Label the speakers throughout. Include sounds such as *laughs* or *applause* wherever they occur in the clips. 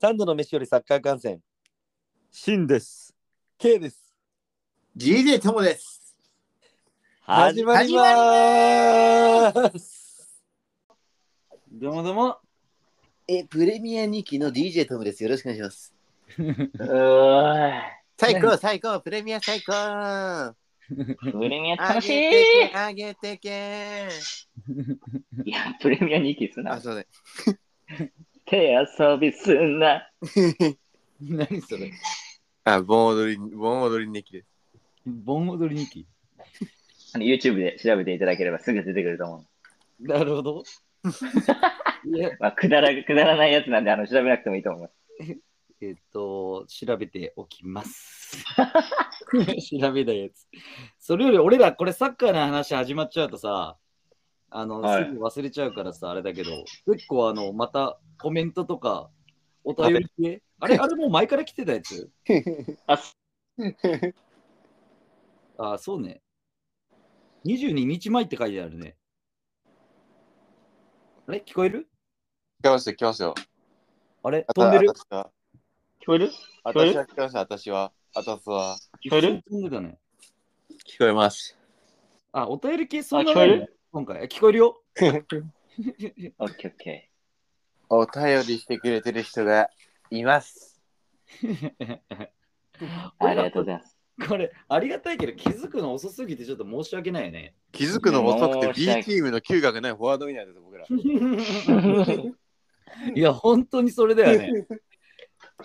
Speaker 1: 三度の飯よりサッカー観戦
Speaker 2: シンです。
Speaker 1: K です。
Speaker 3: GJ ともです。
Speaker 1: 始まりまーす。
Speaker 2: どうもどうも。
Speaker 3: え、プレミア2期の DJ トムです。よろしくお願いします。
Speaker 4: うー
Speaker 3: 最高、最高、プレミア最 *laughs* 高あ
Speaker 4: いプレミア楽しい
Speaker 3: げてけ、あげてけ
Speaker 4: いや、プレミアに息す
Speaker 3: あ、
Speaker 4: な。
Speaker 3: そうね。
Speaker 4: 手遊びすんな。
Speaker 2: 何それ
Speaker 3: あ、盆踊り、盆踊り2期です。
Speaker 2: 盆踊り日記。
Speaker 4: あの YouTube で調べていただければすぐ出てくると思う。
Speaker 2: なるほど。 *laughs* いや、
Speaker 4: まあ、くだらくだらないやつなんであの調べなくてもいいと思う。
Speaker 2: えっ、と、調べておきます。調べないやつ。それより俺らこれサッカーの話始まっちゃうとさ、あの、
Speaker 4: はい
Speaker 2: すぐ忘れちゃうからさ、あれだけど、結構あの、またコメントとか、お便り系。あれ、あれもう前から来てたやつ
Speaker 4: *laughs* あす
Speaker 2: あ、そうね。22日前って書いてあるね。あれ聞こえる
Speaker 5: 聞こえますよ、聞こえますよ。
Speaker 2: あれ
Speaker 5: あた
Speaker 2: 飛んでる
Speaker 5: 私は、
Speaker 4: 聞こえるこえる
Speaker 5: 私は聞こえますよ、私は。あたすは。
Speaker 4: 聞こえる
Speaker 2: 飛んでたね。
Speaker 5: 聞こえます。
Speaker 2: あ、お便り系そんな
Speaker 4: あ聞こえる
Speaker 2: ないの今回。あ聞こえるよ。
Speaker 4: オッケーオッケ
Speaker 5: *laughs* お便りしてくれてる人がいます。
Speaker 4: ー。ありがとうございます。
Speaker 2: これ、ありがたいけど、気づくの遅すぎてちょっと申し訳ないよ
Speaker 4: *laughs*
Speaker 2: ね。
Speaker 5: 気づくの遅くて
Speaker 4: もう申し訳
Speaker 5: B チームの嗅覚ないフォワードみたいです、 *laughs* 僕
Speaker 3: *laughs*
Speaker 5: ら。
Speaker 2: いや、本当にそれだよ
Speaker 4: *laughs*
Speaker 2: ね。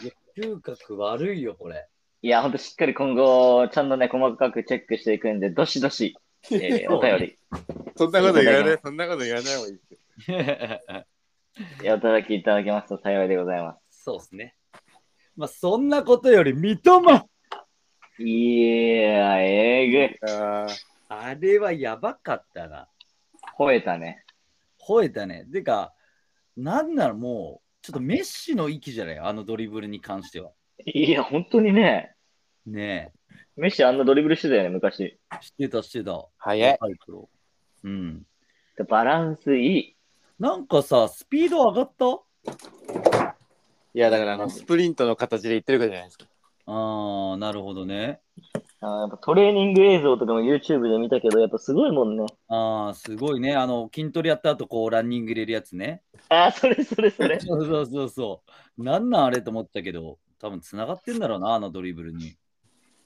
Speaker 2: いや嗅覚悪いよ、これ。 *laughs*
Speaker 4: いや、ほんとしっかり今後、ちゃんとね、細かくチェックしていくんで、どしどし、えーお便り、
Speaker 5: そんなこと言わない、そんなこと言わない方がいいですよ。
Speaker 4: お働きいただけますと幸いでございま
Speaker 2: そうですね。まあ、そんなことより、三笘
Speaker 4: す。いやー、え
Speaker 5: あー
Speaker 2: あれはやばかったな。
Speaker 4: ぐ。吠えたね。
Speaker 2: 吠えたね。てか、なんならもう、ちょっとメッシの域じゃないあのドリブルに関しては。
Speaker 4: いや、ほんとにね、
Speaker 2: ね
Speaker 4: メッシあんなドリブルしてたよね、昔。
Speaker 2: え、してたしてた。
Speaker 5: 早い。
Speaker 2: 若い頃うん。
Speaker 4: でバランスいい。
Speaker 2: なんかさ、スピード上がった
Speaker 5: いや、だからあの、スプリントの形で言ってるからじゃないですか。
Speaker 2: ああ、なるほどね。
Speaker 4: あーやっぱトレーニング映像とかも YouTube で見たけど、やっぱすごいもんね。
Speaker 2: ああ、すごいね。あの、筋トレやった後、こう、ランニング入れるやつね。
Speaker 4: ああ、それそれそれ。
Speaker 2: そうそうそうそう。なんなんあれと思ったけど、多分繋がってんだろうな、あのドリブルに。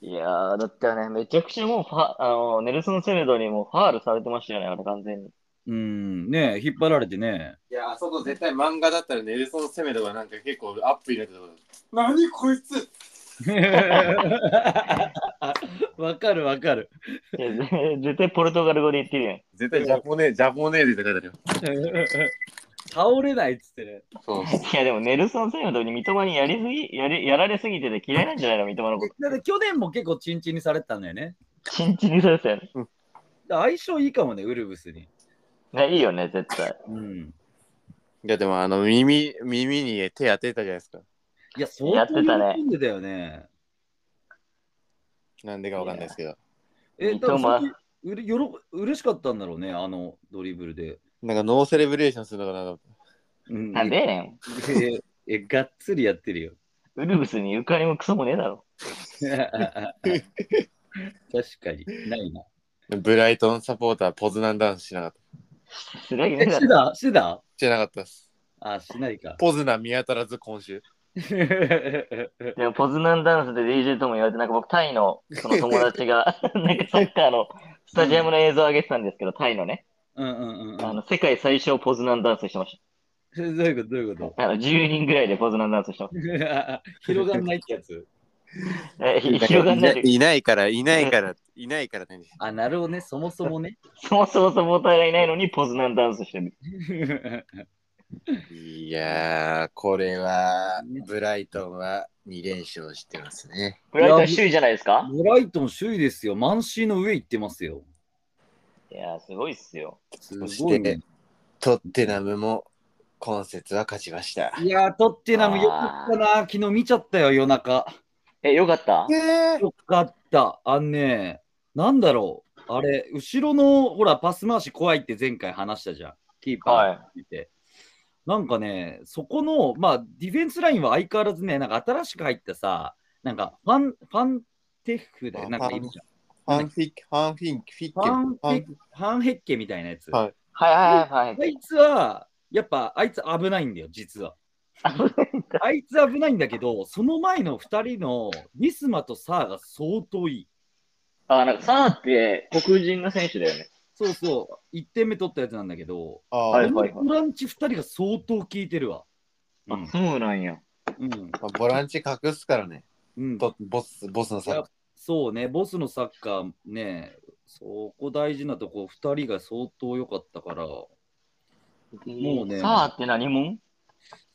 Speaker 4: いやー、だってね、めちゃくちゃもうファ、あの、ネルソン・セメドにもファールされてましたよね、あれ完全に。
Speaker 2: うん、ねえ、引っ張られてね。
Speaker 5: いや、あそこ絶対漫画だったらネルソン攻めとかなんか結構アップ入れてたなにこいつ
Speaker 2: *laughs* わかるわかる。
Speaker 4: いやぜ絶対ポルトガル語で言ってるやん。
Speaker 5: 絶対ジャポネー、ジャポネーズって書いてあるよ。
Speaker 2: 倒れないっつってね。
Speaker 5: そう。
Speaker 4: いや、でもネルソン・セメドに三笘にやりすぎ、やり、やられすぎてて嫌いなんじゃないの、三笘のこと。
Speaker 2: だって去年も結構チンチンにされてたんだよね。
Speaker 4: チンチンにされてたよね。
Speaker 2: だから相性いいかもね、ウルブスに。
Speaker 4: ねいいよね、絶対。
Speaker 2: うん。
Speaker 5: いや、でもあの、耳、耳に手当てたじゃないですか。
Speaker 2: いや、相当喜んでたよね。
Speaker 5: なんでかわかんないですけど。
Speaker 2: え、
Speaker 4: 三
Speaker 2: 多分
Speaker 4: 笘
Speaker 2: それうれよろ嬉しかったんだろうね、あのドリブルで。
Speaker 5: なんかノーセレブレーションするのかなと思って
Speaker 2: うん、
Speaker 4: なんでやねん。
Speaker 2: ええ、がっつりやってるよ。
Speaker 4: ウルブスにゆかりもクソもねえだろ。
Speaker 2: 確かに。ないな。
Speaker 5: ブライトンサポーター、ポズナンダンスしなかった。
Speaker 4: するわけ
Speaker 2: え、
Speaker 4: ねえだ
Speaker 2: し
Speaker 4: ろ。
Speaker 2: だしだ
Speaker 5: してなかったです。
Speaker 2: あ、しないか。 *laughs*
Speaker 5: ポズナ見当たらず、今週。
Speaker 4: でもポズナンダンスで DJ とも言われて、なんか僕、タイのその友達が、なんかサッカーのスタジアムの映像を上げてたんですけど、タイのね、
Speaker 2: うんうんうんうん。
Speaker 4: あの世界最小ポズナンダンスしてまし
Speaker 2: それどういうことどう *laughs* いうこ
Speaker 4: た。あの10人ぐらいでポズナンダンスしてまし
Speaker 2: と広がんないってやつ。
Speaker 4: た。え広がんないで。
Speaker 5: いないから、いないから、いないからね。
Speaker 2: あ、なるほどね。そもそもね。
Speaker 4: そもそもサポーターがいないのにポズナンダンスしてる。
Speaker 5: いやー、これは、ブライトンは2連勝してますね。
Speaker 4: ブライトン首位じゃないですか
Speaker 2: ブライトン首位ですよ。マンシーの上行ってますよ。
Speaker 4: いやー、すごいっすよ。
Speaker 2: す
Speaker 5: そし
Speaker 2: ごいね
Speaker 5: て。、トッテナムも今節は勝ちました。
Speaker 2: いやー、トッテナムよかったな。昨日見ちゃったよ、夜中。
Speaker 4: え、よかった
Speaker 2: よかった。あんね、なんだろう。あれ、後ろの、ほら、パス回し怖いって前回話したじゃん。キーパーって言って。なんかね、そこの、まあ、ディフェンスラインは相変わらずね、なんか新しく入ったさ、なんかファン、ファンテフで、なんかいるじ
Speaker 5: ハンフィック、ハンフィンク、フィッケ。
Speaker 2: ゃん。ファンヘ
Speaker 5: フ
Speaker 2: ッファンヘッケみたいなやつ。
Speaker 5: はい
Speaker 4: はいはいはい
Speaker 2: あ
Speaker 4: はい。
Speaker 2: いつは、やっぱ、あいつ危ないんだよ、実は。あいつ危ないんだけど、その前の2人のニスマとサーが相当いい。
Speaker 4: あ、なんかサーって黒人の選手だよね。
Speaker 2: そうそう、1点目取ったやつなんだけど、
Speaker 5: ああ、
Speaker 4: はい
Speaker 2: このボランチ2人が相当効いてるわ。う
Speaker 4: あ
Speaker 2: ん、
Speaker 4: そうなんや。
Speaker 2: うん
Speaker 5: まあボランチ隠すからね。
Speaker 2: うん、
Speaker 5: とボス、ボスの
Speaker 2: い
Speaker 5: さ
Speaker 2: や。そうね、ボスのサッカーね、そこ大事なとこ、2人が相当良かったから、もうね、
Speaker 4: サーって何もん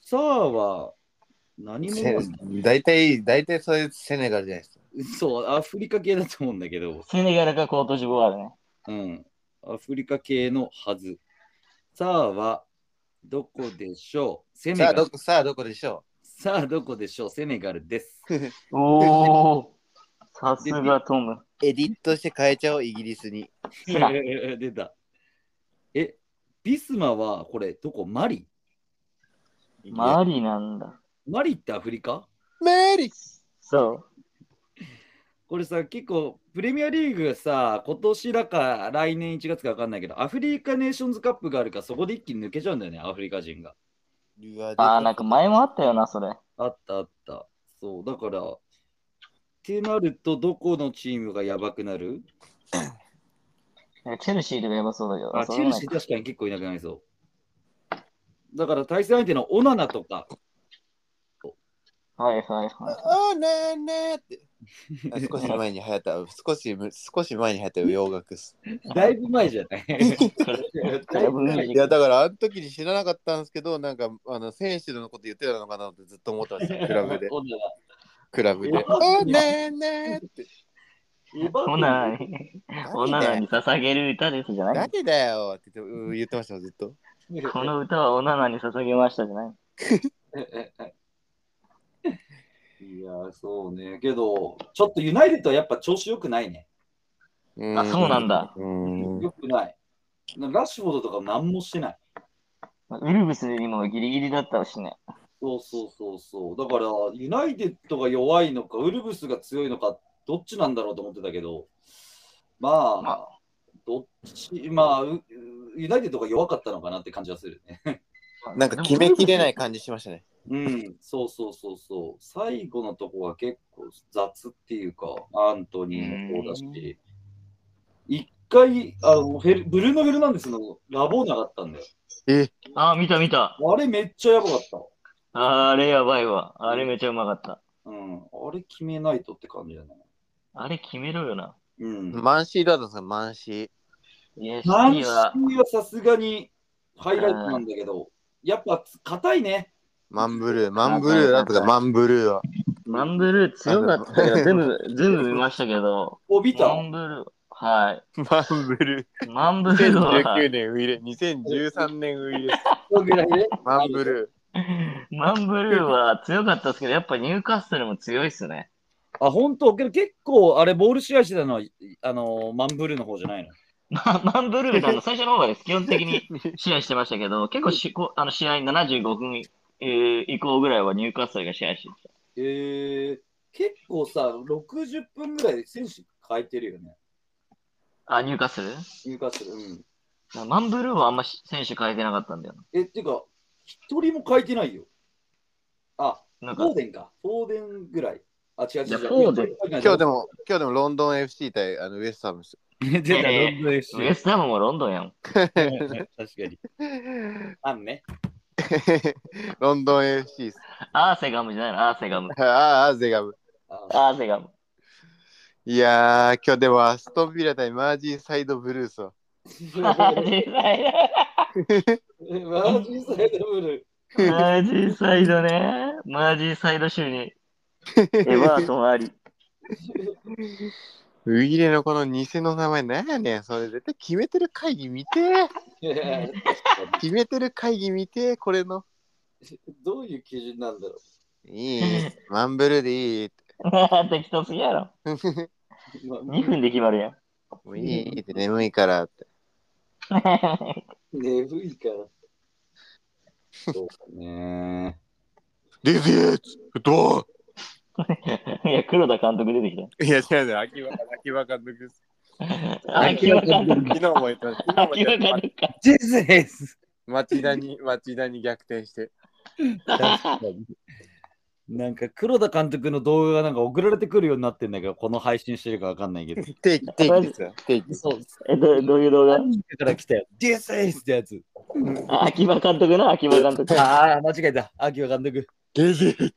Speaker 2: サーは何もない
Speaker 5: 大体、大体それセネガルじゃないですか。
Speaker 2: そう、アフリカ系だと思うんだけど、
Speaker 4: セネガルかコートジボワールね。
Speaker 2: うん、アフリカ系のはず。サーはどこでしょうセネ
Speaker 5: さ
Speaker 2: ガ
Speaker 5: あ、ど
Speaker 2: ル。
Speaker 5: こ、さあ、どこでしょ
Speaker 2: さあ、どこでしょうセネガルです。
Speaker 4: おお。さすがトム。
Speaker 5: うエディットして変えちゃおう、イギリスに。
Speaker 4: スラ
Speaker 2: *laughs* 出た。え、ビスマはこれ、どこマリ
Speaker 4: マリなんだ。
Speaker 2: マリってアフリカ
Speaker 5: メリー
Speaker 4: そ
Speaker 2: これさ、結構、プレミアリーグがさ、今年だか来年1月か分かんないけど、アフリカネーションズカップがあるから、そこで一気に抜けちゃうんだよね、アフリカ人が。
Speaker 5: うわ
Speaker 4: う。あー、なんか前もあったよな、それ。
Speaker 2: あったあった。そう、だから、ってなると、どこのチームがやばくなる
Speaker 4: なんかチェルシーとかやばそうだけど。
Speaker 2: あチェルシー
Speaker 4: ー
Speaker 2: 確かに結構いなくないぞ。だから対戦相手のオナナとか、
Speaker 4: はいはいはい。
Speaker 5: あーねーねーって。あ少し前に流行った、少しむ、少し前に流行った洋楽っす。
Speaker 2: *laughs* だいぶ前じゃないだいぶ前
Speaker 5: いや、だから、あの時に知らなかったんですけど、なんか、あの、選手のこと言ってたのかなってずっと思ってました、クラブ
Speaker 2: *laughs*
Speaker 5: で。
Speaker 2: オナ
Speaker 5: クラブで。
Speaker 2: いや
Speaker 5: あーねーねーって。
Speaker 2: ナ
Speaker 4: オナナに、オナナに捧げる歌ですじゃない
Speaker 5: 何だよって言ってうん言ってましたもんずっと。
Speaker 4: この歌はオナナに捧げましたじゃない
Speaker 2: *laughs* いやー、そうね。けど、ちょっとユナイテッドはやっぱ調子良くないね。
Speaker 4: あ、そうなん
Speaker 5: だ。
Speaker 4: だ。
Speaker 5: うん。
Speaker 2: 良くない。ラッシュフォードとかも何もしてない。
Speaker 4: ウルブスにもギリギリだったしね。
Speaker 2: そうそうそうそう。だから、ユナイテッドが弱いのか、ウルブスが強いのか、どっちなんだろうと思ってたけど、まあ、
Speaker 4: まあ
Speaker 2: どっち、まあ、うユナイテッドが弱かったのかなって感じはするね。
Speaker 5: なんか決めきれない感じしましたね。
Speaker 2: うん、そうそうそうそう。最後のとこは結構雑っていうか、アントニーもそうだし、一回、あのヘルブルーノ・フェルナンデスのラボーナがあったんだよ。
Speaker 4: あ、見た見た。
Speaker 2: あれめっちゃやばかったわ。
Speaker 4: あれやばいわ。あれめちゃうまかった。
Speaker 2: うん、あれ決めないとって感じだね。
Speaker 4: あれ決めろよな。
Speaker 2: うん。
Speaker 5: マンシーどうだったんですか、マンシー。
Speaker 4: いや、シテ
Speaker 2: マンシ
Speaker 4: ィ
Speaker 2: ー
Speaker 4: は、
Speaker 2: はさすがにハイライトなんだけど、やっぱ硬いね。
Speaker 5: マンブルー、マンブルーだとか、マンブルーは。
Speaker 4: マンブルー強かったけど、全部、全部見ましたけど、
Speaker 2: 帯びた。
Speaker 4: マンブルー、は
Speaker 5: マンブル
Speaker 4: い。マンブ
Speaker 5: ー。
Speaker 4: ルー *laughs* は、
Speaker 5: 2019年ウイレ、2013年ウイレ。
Speaker 2: このぐらいで
Speaker 5: マンブル
Speaker 4: マンブルーは強かったですけど、やっぱニューカッスルも強いっすね。
Speaker 2: あ、本当けど結構、あれ、ボール試合してたのは、あのマンブルーの方じゃないの
Speaker 4: まマンブルー *laughs* のあの最初の方がです。基本的 *laughs* に試合してましたけど、結構しこあの試合75分、えー以降ぐらいはニューカッスルが試合してた。
Speaker 2: えー、結構さ、60分ぐらいで選手変えてるよね。
Speaker 4: あ、ニューカッスル
Speaker 2: 入荷する。うん。
Speaker 4: マンブルーはあんまし選手変えてなかったんだよ
Speaker 2: え、っていうか、一人も変えてないよ。あ、
Speaker 4: な。なん
Speaker 2: フォー
Speaker 4: か、
Speaker 2: デンか。フォーデンぐらい。あ、違う違う
Speaker 4: いや
Speaker 2: 違う。
Speaker 4: フォーデン
Speaker 5: ー。
Speaker 2: *laughs*
Speaker 5: 今日でも、今日でもロンドン FC 対あのウエストハムです。
Speaker 2: 出
Speaker 4: たロン
Speaker 2: ド FC
Speaker 4: ウエストハムもロンドンやん。
Speaker 2: 確か *laughs* に。あんね。
Speaker 5: ロンドン FC です。
Speaker 4: アーセガムじゃないの、アーセガム。
Speaker 5: ああ、あーゼガブ。
Speaker 2: あ
Speaker 4: アーセガ *laughs* ム。
Speaker 5: いやー、今日でもアストンビラ対マージーサイドブルースは。
Speaker 2: *laughs*
Speaker 4: マ
Speaker 2: マ
Speaker 4: ジサ
Speaker 2: ジ
Speaker 4: イ
Speaker 2: サイドブル
Speaker 4: ド。マジサイドね。マジサイド州に。エバートンあり。
Speaker 5: ウイレのこの偽の名前なんやねん。それ絶対決めてる会議見てー。
Speaker 2: ー。
Speaker 5: 決めてる会議見てー、これの。
Speaker 2: *laughs* どういう基準なんだろ
Speaker 5: いい。マンブルーでいい。
Speaker 4: *laughs* 適当すぎやろ。
Speaker 2: う。まあ
Speaker 4: *laughs* 2分で決まるやん。
Speaker 5: もういいって眠いからって。
Speaker 6: 眠いから。
Speaker 2: ね
Speaker 5: リズイツど
Speaker 4: *laughs* いや、黒田監督出てきた。
Speaker 5: ういや、違う違う、秋葉秋葉監督です。
Speaker 4: 秋葉監督。
Speaker 5: 昨日も言ってました。昨日
Speaker 4: *laughs* 秋
Speaker 5: も言っ
Speaker 4: 葉
Speaker 5: てま
Speaker 4: 監
Speaker 5: した
Speaker 4: 督。
Speaker 2: え。ジェズです。
Speaker 5: 町田に、町田に逆転して。
Speaker 2: なんか黒田監督の動画がなんか送られてくるようになってんだけど、この配信してるかわかんないけど。
Speaker 5: 定期、定期ですよ。定期。
Speaker 2: そうです。
Speaker 4: え、どどういう動画
Speaker 2: だから来たよ。ジェズですってやつ。
Speaker 4: あ秋葉監督な、秋葉監督。
Speaker 2: ああ、間違えた。秋葉監督。
Speaker 5: リズイツ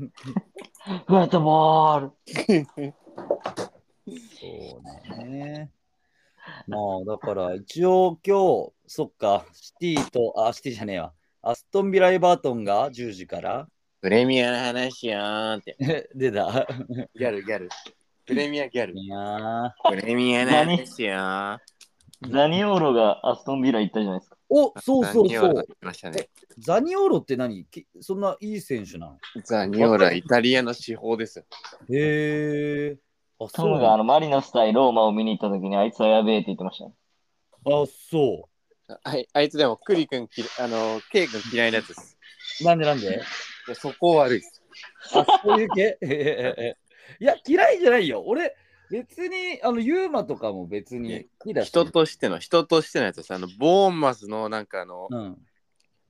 Speaker 4: フットボール。
Speaker 2: そうね。まあだから一応今日、そっか、シティと、あ、シティじゃねえわ。アストンビラ・エバートンが10時から。 *laughs*
Speaker 5: プレミアの話よーんって。
Speaker 2: 出た。
Speaker 5: ギャル、ギャル。プレミアギャル。
Speaker 2: いやー
Speaker 5: プレミアの話よーん。
Speaker 4: ザニオロがアストンビラ行ったじゃないですか。
Speaker 2: おそうそう
Speaker 5: ザニ
Speaker 2: そ
Speaker 5: オラ
Speaker 2: う。
Speaker 5: 来ましたね。
Speaker 2: ザニオロって何きそんないい選手なの
Speaker 5: ザニオラ、イタリアの司法ですよ。
Speaker 2: へえ。あ、
Speaker 4: ト
Speaker 2: そう
Speaker 4: ムが
Speaker 2: な
Speaker 4: あ
Speaker 2: の
Speaker 4: のマリノス対ローマを見に行った時にあいつはやべえって言ってましたね。
Speaker 2: あ、そ
Speaker 5: はい、あいつでも、クリ君き、あの、ケイ君嫌いなやつです。
Speaker 2: う。なんでなん *laughs* で
Speaker 5: いやそこ悪いです。
Speaker 2: あ、そういう系いや、嫌いじゃないよ。俺、別に、あの、ユーマとかも別に好きだし。
Speaker 5: 人としての、人としてのやつです。あの、ボーンマスの、なんかあの、
Speaker 2: うん。うん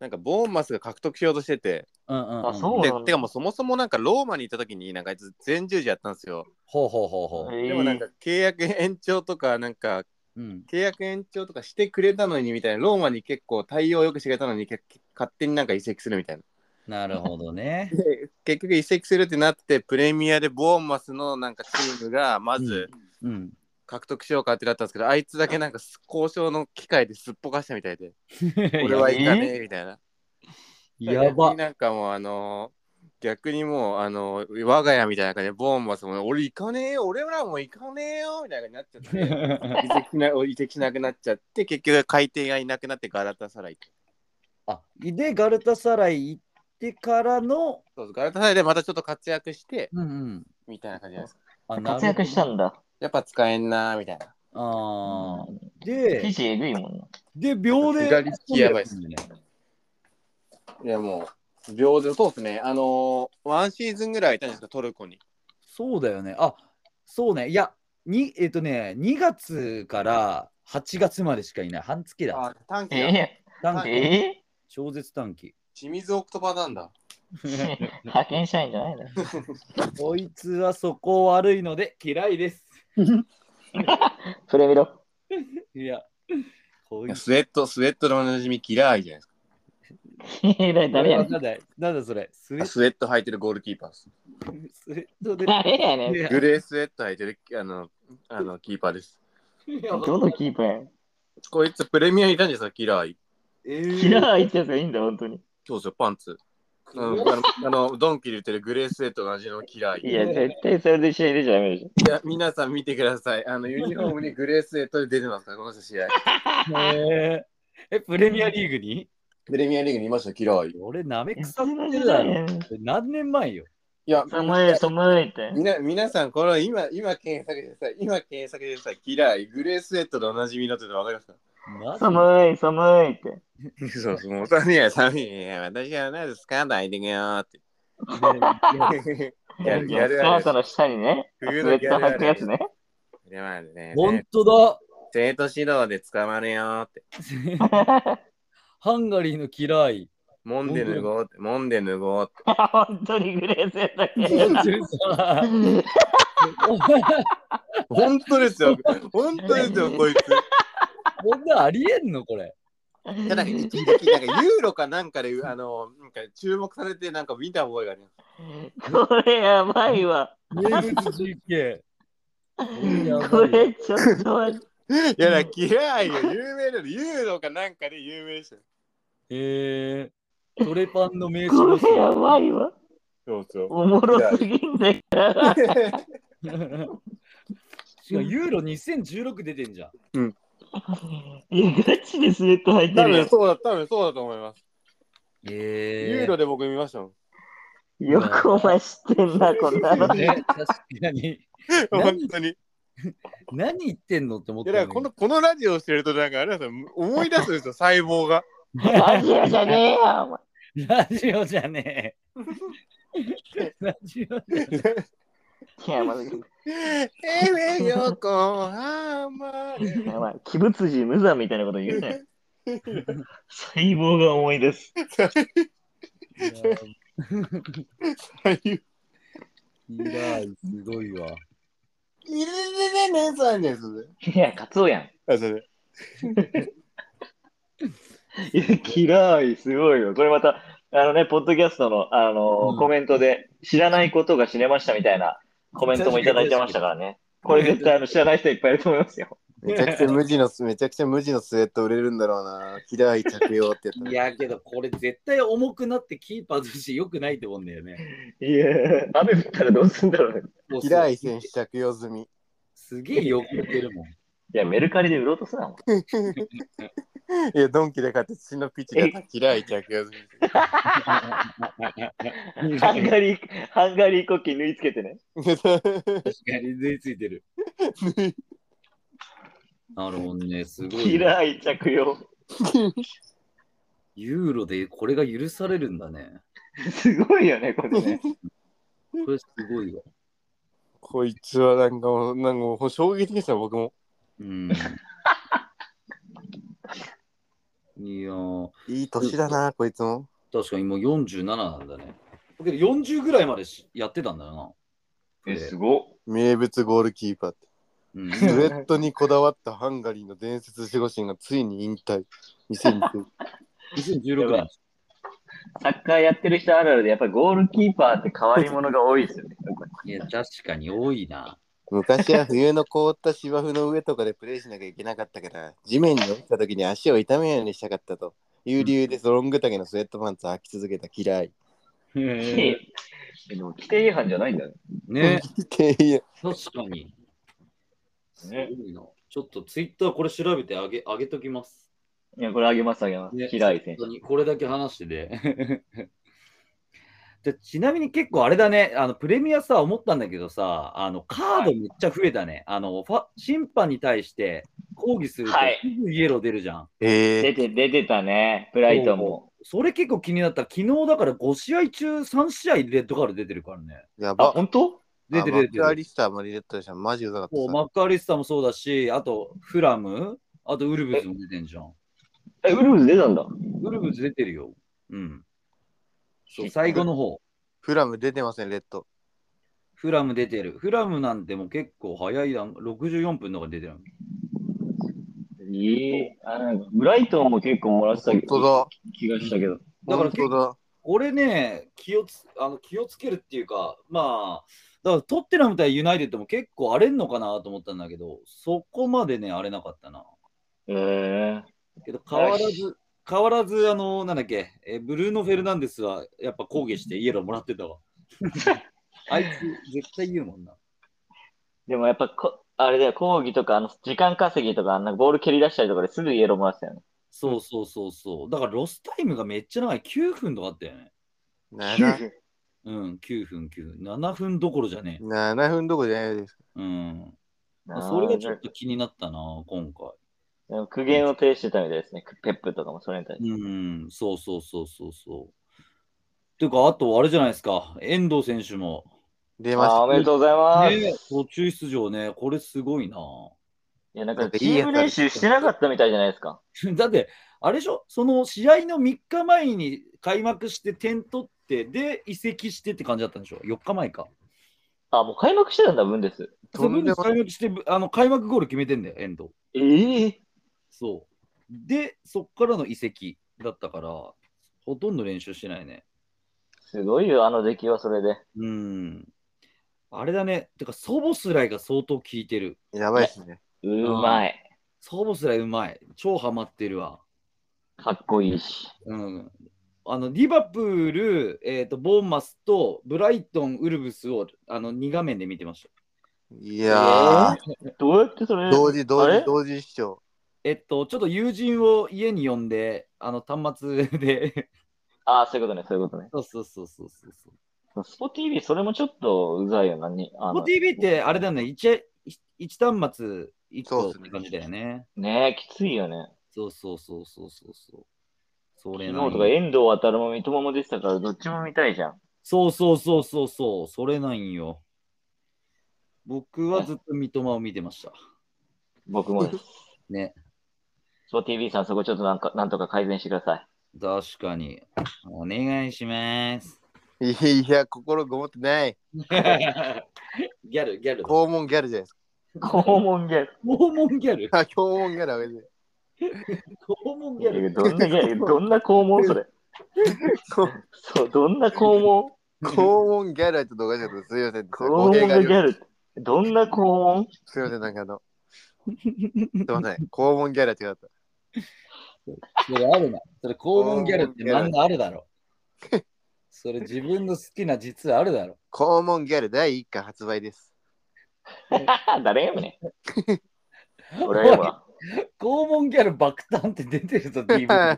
Speaker 5: なんかボーンマスが獲得しようとしてて、
Speaker 2: うんうん、
Speaker 4: あ、そう
Speaker 5: で
Speaker 4: なん
Speaker 5: て
Speaker 4: だ
Speaker 5: か。もうそもそもなんかローマに行った時になんかあいつ全十字やったんですよ。
Speaker 2: ほうほうほうほう。
Speaker 5: でもなんか契約延長とかなんか
Speaker 2: うん、
Speaker 5: 契約延長とかしてくれたのにみたいなローマに結構対応よくしてくれたのに結勝手になんか移籍するみたいな。
Speaker 2: なるほどね。
Speaker 5: で結局移籍するってなってプレミアでボーンマスのなんかチームがまず
Speaker 2: うん。
Speaker 5: 獲得しようかってなったんですけど、あいつだけなんかす交渉の機会ですっぽかしたみたいで俺はいかねえみたいな。
Speaker 2: やば
Speaker 5: 逆に。なんかもうあのー逆にもうあのー我が家みたいな感じでボーンマスも俺行かねえよ俺らも行かねえよみたいな感じになっちゃって移籍しな移籍しなくなっちゃって結局海底がいなくなってガラタサライって
Speaker 2: *laughs* あ、で、ガルタサライ行ってからの、
Speaker 5: そうそうガラタサライでまたちょっと活躍して
Speaker 2: うんうん。
Speaker 5: みたいな感じじゃないですか
Speaker 2: あなるほ
Speaker 4: 活
Speaker 2: ど
Speaker 4: 躍したんだ。
Speaker 5: やっぱ使えんなーみたいな
Speaker 2: あ
Speaker 4: うん
Speaker 2: ーで
Speaker 4: 記、事えぐいもんな。
Speaker 2: で、秒で。
Speaker 5: 左利きやばいっす
Speaker 2: ね。
Speaker 5: いやもう秒でそうですねあのーワンシーズンぐらいいたんですかトルコに
Speaker 2: そうだよね。あ、そうね。いや、にえっ、とね、2月から8月までしかいない。半月だ。
Speaker 5: あ短期だ
Speaker 4: え
Speaker 2: 短
Speaker 4: ー、
Speaker 2: 期。
Speaker 4: え
Speaker 2: 超絶短 *laughs* 期。
Speaker 5: 清水オクトパなんだ
Speaker 4: ー、派遣社員じゃないの
Speaker 2: こいつはそこ悪いので嫌いです。
Speaker 4: それ見ろ。
Speaker 2: いや、こいつ。
Speaker 5: スウェットスウェットのおなじみキラーいじゃないですか
Speaker 4: *laughs* えらい誰やねん。
Speaker 2: なんだなんだそれ。スウェ
Speaker 5: あスウェット履いてるゴールキーパーです
Speaker 2: スウェット
Speaker 4: *laughs*
Speaker 2: で。
Speaker 4: 誰やねん。
Speaker 5: グレースウェット履いてるあのあのキーパーです。
Speaker 2: いや
Speaker 4: どのキーパーやん。
Speaker 5: こいつプレミアにいたんですよ、キラーイ。
Speaker 2: えー
Speaker 4: キラー行ったやつがいいんだ、本当に。
Speaker 5: そうそう、パンツ。うん、あのあのドンキで売ってるグレースウェットの味のキラーイ。
Speaker 4: いや、絶対それで試合出ちゃダメでしょ。
Speaker 5: いや皆さん見てください。あのユニフォームにグレースウェットで出てますから、この人試合。
Speaker 2: ねええ、プレミアリーグに
Speaker 5: プレミアリーグにいました、キラーイ。
Speaker 2: 俺、なめ腐ってるだろ。何年前よ。
Speaker 5: いや、
Speaker 4: 寒い、寒いって。
Speaker 5: みな皆さん、これは今、今検索してください。今検索してください。キラーイ、グレースウェットでおなじみになってるの分かりますか
Speaker 2: マジ
Speaker 4: 寒い、寒いって。
Speaker 5: そうそう、もう寒いや、寒いや、私は何ですか泣いてくよーって。やるやる
Speaker 4: スカートの下にね、スウ
Speaker 5: 冬
Speaker 4: ェ
Speaker 5: の
Speaker 4: ッ
Speaker 5: ギ
Speaker 4: ト
Speaker 5: ャル
Speaker 4: 履くやつね。
Speaker 5: これまでね、
Speaker 2: 本当
Speaker 5: 生徒指導で捕まるよーって。
Speaker 2: だ。ハンガリーの嫌い。
Speaker 5: もんで脱ごうって、もんで脱ごうって。
Speaker 4: 本当にグレーゼだけ。
Speaker 5: 本当ですよ、本当ですよ、こいつ。
Speaker 2: *laughs* こんなありえんのこれ。
Speaker 5: ただ、一時期、なんかユーロかなんかで、あの、なんか注目されて、なんか見た覚えがあります。
Speaker 4: これやばいわ。
Speaker 2: 名物 GK。
Speaker 4: これちょっと待って。
Speaker 5: いや、だから嫌いよ、有名なの、ユーロかなんかで有名でしたよ。
Speaker 2: えー、トレパンの名
Speaker 4: こ
Speaker 2: 刺
Speaker 4: れやばいわ。
Speaker 5: そうそう。
Speaker 4: おもろすぎんだよ。
Speaker 2: しかもユーロ2016出てんじゃん。
Speaker 4: いや、ガチでスウェット履い
Speaker 5: *laughs*
Speaker 4: て
Speaker 5: 多
Speaker 4: るや
Speaker 5: 分
Speaker 4: ん。
Speaker 5: そうだ、多分そうだと思います。ユ
Speaker 2: え
Speaker 5: ーロで僕見ましたもん。
Speaker 4: よくお前知ってんな、こんなの。
Speaker 2: ね、確かに。
Speaker 5: 本当に。
Speaker 2: 何言ってんのって思っ
Speaker 5: い
Speaker 2: て
Speaker 5: やだからこのこのラジオをしてるとなんかあれなんですよ思い出すんですよ細胞が。
Speaker 4: ラジオじゃねえよ、お前。
Speaker 2: ラジオじゃねえ。ラジオじゃね
Speaker 4: いや、まず、
Speaker 5: えめよこはま
Speaker 4: いやまあ、鬼物児無惨みたいなこと言うね。細胞が思い出す。
Speaker 2: え。いやー、すごいわ。
Speaker 6: いるねねねさんです。
Speaker 4: いや、カツオやん。
Speaker 5: *laughs* あそれ
Speaker 4: いや、嫌い、すごいよ。これまた、あのね、ポッドキャストの、あの
Speaker 2: うん
Speaker 4: コメントで、知らないことが知れましたみたいなコメントもいただいてましたからね。これ絶対、あの、知らない人いっぱいいると思いますよ。
Speaker 5: めちゃくちゃ無地のめちゃくちゃ無地のスウェット売れるんだろうな。嫌い着用って
Speaker 2: いやけど、これ絶対重くなってキーパーとして良くないと思うんだよね。
Speaker 4: いや、雨降ったらどうすんだろうね。
Speaker 2: もうす
Speaker 5: 嫌い選手着用済み。
Speaker 2: すげえよく言ってるもん。
Speaker 4: いや、メルカリで売ろうとすなもん。
Speaker 5: いやドンキで買って土のピッチで嫌い着用済
Speaker 4: ハンガリー、ハンガリー国旗縫い付けてね。
Speaker 5: み。
Speaker 2: 確かに縫い付いてる。なるほどね、すごいね。
Speaker 4: 嫌い着用。
Speaker 2: ユーロでこれが許されるんだね。
Speaker 4: すごいよね、これね。
Speaker 2: これすごいわ。
Speaker 5: *laughs* こいつはなんかもうなんかもう衝撃でした僕も。 *laughs*
Speaker 2: うん。いやー、
Speaker 5: いい年だなこいつも。
Speaker 2: 確かにもう47なんだね。だけど40ぐらいまでしやってたんだよな。
Speaker 4: え、すごっ。
Speaker 5: 名物ゴールキーパーって。 *laughs*
Speaker 2: うん、
Speaker 5: スウェットにこだわったハンガリーの伝説守護神がついに引退。2020
Speaker 2: 2016年。
Speaker 4: サッカーやってる人あるあるで、やっぱりゴールキーパーって変わり者が多いですよね。
Speaker 2: いや、確かに多いな。
Speaker 5: 昔は冬の凍った芝生の上とかでプレーしなきゃいけなかったから、地面に落ちた時に足を痛めないようにしたかったという理由でロング丈のスウェットパンツを履き続けた嫌い。
Speaker 4: *laughs* え *laughs* でも規定違反じゃないんだね。
Speaker 2: ね、
Speaker 5: っていう
Speaker 2: 確かに。すご
Speaker 4: ね
Speaker 2: いな。ちょっとツイッターこれ調べてあげあげときます。
Speaker 4: いや、これあげます、あげます。
Speaker 2: ね
Speaker 4: 平井選
Speaker 2: 本当にこれだけ話してて。 *laughs* でちなみに結構あれだね、あのプレミアさ、思ったんだけどさ、あのカードめっちゃ増えたね。あのファ審判に対して抗議すると、
Speaker 4: はい
Speaker 2: すぐイエロー出るじゃん。
Speaker 4: 手。
Speaker 5: えー
Speaker 4: 出て、出てたね、ブライトンも。
Speaker 2: それ結構気になった。昨日だから5試合中3試合レッドカード出てるからね。
Speaker 5: や
Speaker 4: あ、
Speaker 5: ば。
Speaker 4: 本当
Speaker 2: 出てる出て
Speaker 5: あマックア
Speaker 2: る。
Speaker 5: リスターもリレットでした。マジうざかった
Speaker 2: もうマッカーリスターもそうだし、あとフラム、あとウルブズも出てんじゃん。
Speaker 4: え、ウルフズ出たんだ。
Speaker 2: ウルブズ出てるよ。うん。そう最後の方、
Speaker 5: フラム出てません、レッド。
Speaker 2: フラム出てる。フラムなんてもう結構早い段、64分とか出てる。
Speaker 4: ええあなんかブライトンも結構漏らしたけ
Speaker 5: 本
Speaker 4: ど、
Speaker 5: 当
Speaker 4: 気がしたけど。
Speaker 5: だ。
Speaker 2: だから
Speaker 5: 本当だ。
Speaker 2: 俺ね、気をつあの気をつけるっていうか、まあ、だからトッテナム対ユナイテッドも結構荒れんのかなと思ったんだけど、そこまでね、荒れなかったな。
Speaker 4: ええ
Speaker 2: けど変わらず、変わらず、あの、なんだっけ、えブルーノ・フェルナンデスはやっぱ抗議してイエローもらってた
Speaker 4: *laughs*
Speaker 2: わ。あいつ、絶対言うもんな。
Speaker 4: でもやっぱこ、あれだよ、講義とか、あの、時間稼ぎとか、あんなボール蹴り出したりとかですぐイエロー漏らしたよね。
Speaker 2: そうそうそうそう。だからロスタイムがめっちゃ長い。9分とかあったよね。
Speaker 5: 7,
Speaker 4: *laughs*
Speaker 2: うん、9分、9分。7分どころじゃねえ。
Speaker 5: 7分どころじゃないです。
Speaker 2: うん。
Speaker 4: あー
Speaker 2: それがちょっと気になったな、今回。
Speaker 4: でも苦言を呈してたみたいですね。ペップとかもそれに対して。
Speaker 2: うん、そうそうそうそうそう。ていうか、あとあれじゃないですか。遠藤選手も。
Speaker 5: 出まし
Speaker 4: あ
Speaker 5: た
Speaker 4: ーおめでとうございます。
Speaker 2: ね、途中出場ね。これすごいな。
Speaker 4: いや、なん
Speaker 5: なん
Speaker 4: か
Speaker 5: か
Speaker 4: チ
Speaker 5: いいやつ
Speaker 4: ー
Speaker 5: あ
Speaker 4: ム
Speaker 5: る
Speaker 4: 練習してなかったみたいじゃないですか。
Speaker 2: *laughs* だって、あれでしょその試合の3日前に開幕して点取って、で、移籍してって感じだったんでしょ ?4 日前か。
Speaker 4: あ、もう開幕してたんだ、分です。
Speaker 2: そこ
Speaker 5: とん
Speaker 2: で
Speaker 5: でも
Speaker 2: 開幕して、あの開幕ゴール決めてんだよ、遠藤。
Speaker 4: ええ
Speaker 2: そう。で、そっからの移籍だったから、ほとんど練習してないね。
Speaker 4: すごいよ、あの出来はそれで。
Speaker 2: うん。あれだね。てか、ソボスライが相当効いてる。
Speaker 5: やばいですね。
Speaker 4: うまい。
Speaker 2: ソボスライうまい。超ハマってるわ。
Speaker 4: かっこいいし。
Speaker 2: うん。あの、リバプール、えっ、と、ボーンマスとブライトン、ウルブスをあの2画面で見てました。
Speaker 5: いや
Speaker 4: どうやってそれ
Speaker 5: ー、同時、同
Speaker 4: あれ
Speaker 5: 時、同時視聴。
Speaker 2: えっと、ちょっと友人を家に呼んで、あの、端末で。
Speaker 4: ああ、そういうことね、そういうことね。
Speaker 2: そうそうそうそうそうそう。
Speaker 4: スポ TV、それもちょっとうざいよ、何。あ
Speaker 2: スポ
Speaker 4: の
Speaker 2: TV ってあれだよね、一一端末一個
Speaker 5: そう
Speaker 2: っ
Speaker 5: っすね
Speaker 2: て感じだよね。
Speaker 4: ねえ、きついよね。
Speaker 2: そうそうそうそうそうそう。それ
Speaker 4: 昨
Speaker 2: な
Speaker 4: 日
Speaker 2: んよ
Speaker 4: とか遠藤渡るも三笘も出てたから、どっちも見たいじゃん。
Speaker 2: そうそうそうそうそう、それなんよ。僕はずっと三笘を見てました。
Speaker 4: 僕も
Speaker 5: *laughs*
Speaker 4: です。
Speaker 2: ね、
Speaker 4: そう TV さん、そこちょっとなんか、なんとか改善してくださ
Speaker 5: *laughs*
Speaker 4: い。
Speaker 2: 確かに。お願いします。
Speaker 5: いやいや、心ごもってない。
Speaker 2: *laughs* ギャル、ギャル。
Speaker 5: 肛門ギャルじゃないです
Speaker 4: 肛門ギャル。
Speaker 2: 肛門ギャル。
Speaker 5: か。あ、 *laughs* 肛門ギャルあれで。
Speaker 2: 肛門ギャ
Speaker 4: いや
Speaker 2: ル。
Speaker 4: どんなギャルどんな肛門それ。
Speaker 5: こ
Speaker 4: そう、どんな肛門
Speaker 5: 肛門ギャルはちょっとおかしかったです。すいません。
Speaker 4: 肛門
Speaker 5: 語弊があ
Speaker 4: が
Speaker 5: り
Speaker 4: ギャ
Speaker 5: ます
Speaker 4: ルって。どんな肛門 *laughs*
Speaker 5: すいません、なんかあの。すいません。肛門ギャルは違った。
Speaker 2: それあるな。それ肛門ギャルって漫画あるだろ。それ自分の好きな実はあるだろ。
Speaker 5: 肛門ギャル第1回発売です。
Speaker 4: 誰やねん。俺やわ。
Speaker 2: 肛門ギャル爆誕って出てる
Speaker 5: *laughs*
Speaker 2: ぞ、DV。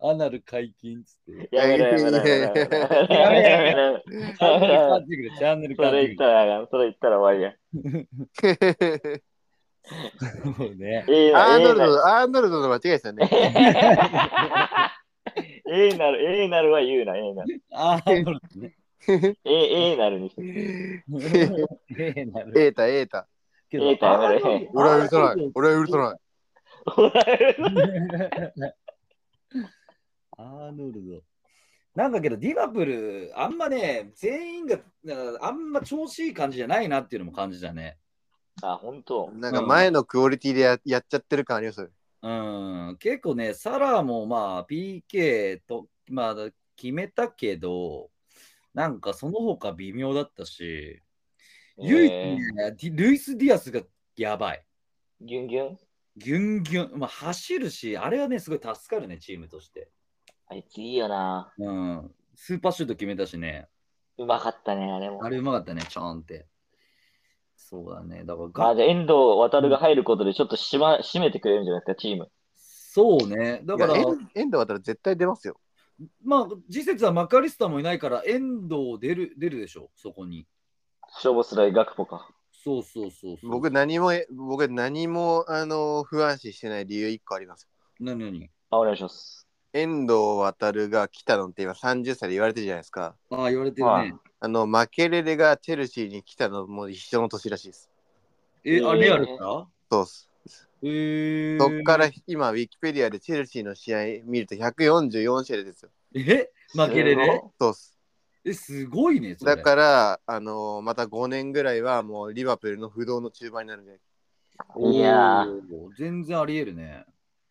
Speaker 2: アナル解禁っつって。
Speaker 4: やめろやめろやめろやめろやめろやめろ
Speaker 2: チャンネル変わってくるチャンネル変わ
Speaker 4: そ
Speaker 2: っ
Speaker 4: れ
Speaker 2: て
Speaker 4: 言っ
Speaker 2: く
Speaker 4: たら、それ言ったら終わ
Speaker 2: る。そうね。
Speaker 4: りや。ええ
Speaker 5: ア
Speaker 4: な
Speaker 5: ーノルド、アーノルドの間違いでしたね。
Speaker 4: ええなる、ええなるは言うな、ええなる。
Speaker 2: ああ、なるほど
Speaker 5: *laughs*
Speaker 2: ね。 *laughs*
Speaker 4: ええ、ええなるにして。
Speaker 2: ええなる
Speaker 5: エータ、エータ。
Speaker 2: け
Speaker 4: ええかやめろええ
Speaker 5: 俺は許さない。俺は許さない。
Speaker 2: アーノルド。なんだけど、ディバプル、あんまね、全員があんま調子いい感じじゃないなっていうのも感じだね。
Speaker 4: あ、本当。
Speaker 5: なんか前のクオリティでややっちゃってる感ありますよ。
Speaker 2: うん、結構ね、サラもまあ、PK と、まあ、決めたけど、なんかその他微妙だったし、唯一
Speaker 4: え
Speaker 2: ね
Speaker 4: え、
Speaker 2: ディルイス・ディアスがやばい。
Speaker 4: ギュンギュン。
Speaker 2: ギュンギュン、まあ、走るし、あれはね、すごい助かるね、チームとして。
Speaker 4: あいついいよな。
Speaker 2: うん、スーパーシュート決めたしね、
Speaker 4: うまかったね、あれも
Speaker 2: あ。れうまかったね、ちょんって。そうだね、だからが
Speaker 4: あ、じゃあ遠藤渡るが入ることでちょっとしま、締めてくれるんじゃないですか、チーム。
Speaker 2: そうね、だ
Speaker 5: い
Speaker 2: か
Speaker 5: や、
Speaker 2: ら
Speaker 5: エ、ンエンド渡る絶対出ますよ。
Speaker 2: まあ、次節はマカリスタもいないから、遠藤出る出るでしょ、そこに。
Speaker 4: 勝負すらい学ポか。
Speaker 2: そうそうそうそう。
Speaker 5: 僕、何も、僕何も、あの、不安視してない理由1個あります。
Speaker 2: なになに
Speaker 4: あ、お願いします。
Speaker 5: 遠藤航が来たのって今30歳で言われてるじゃないですか。
Speaker 2: ああ、言われてる
Speaker 4: はい
Speaker 2: ね。
Speaker 5: あの、マケレレがチェルシーに来たのも一緒の年らしいです。
Speaker 2: え、あ、
Speaker 4: えー
Speaker 2: リアルか
Speaker 5: そうっす。
Speaker 2: えー、
Speaker 5: そっから今、ウィキペディアでチェルシーの試合見ると144試合ですよ。
Speaker 2: え、負けれ
Speaker 4: す
Speaker 2: ね
Speaker 4: ご
Speaker 5: そうっす。
Speaker 2: え、すごいね、それ。
Speaker 5: だから、あのまた5年ぐらいはもうリバプールの不動の中盤になるんじゃない
Speaker 2: おー
Speaker 4: いや
Speaker 2: 全然ありえるね。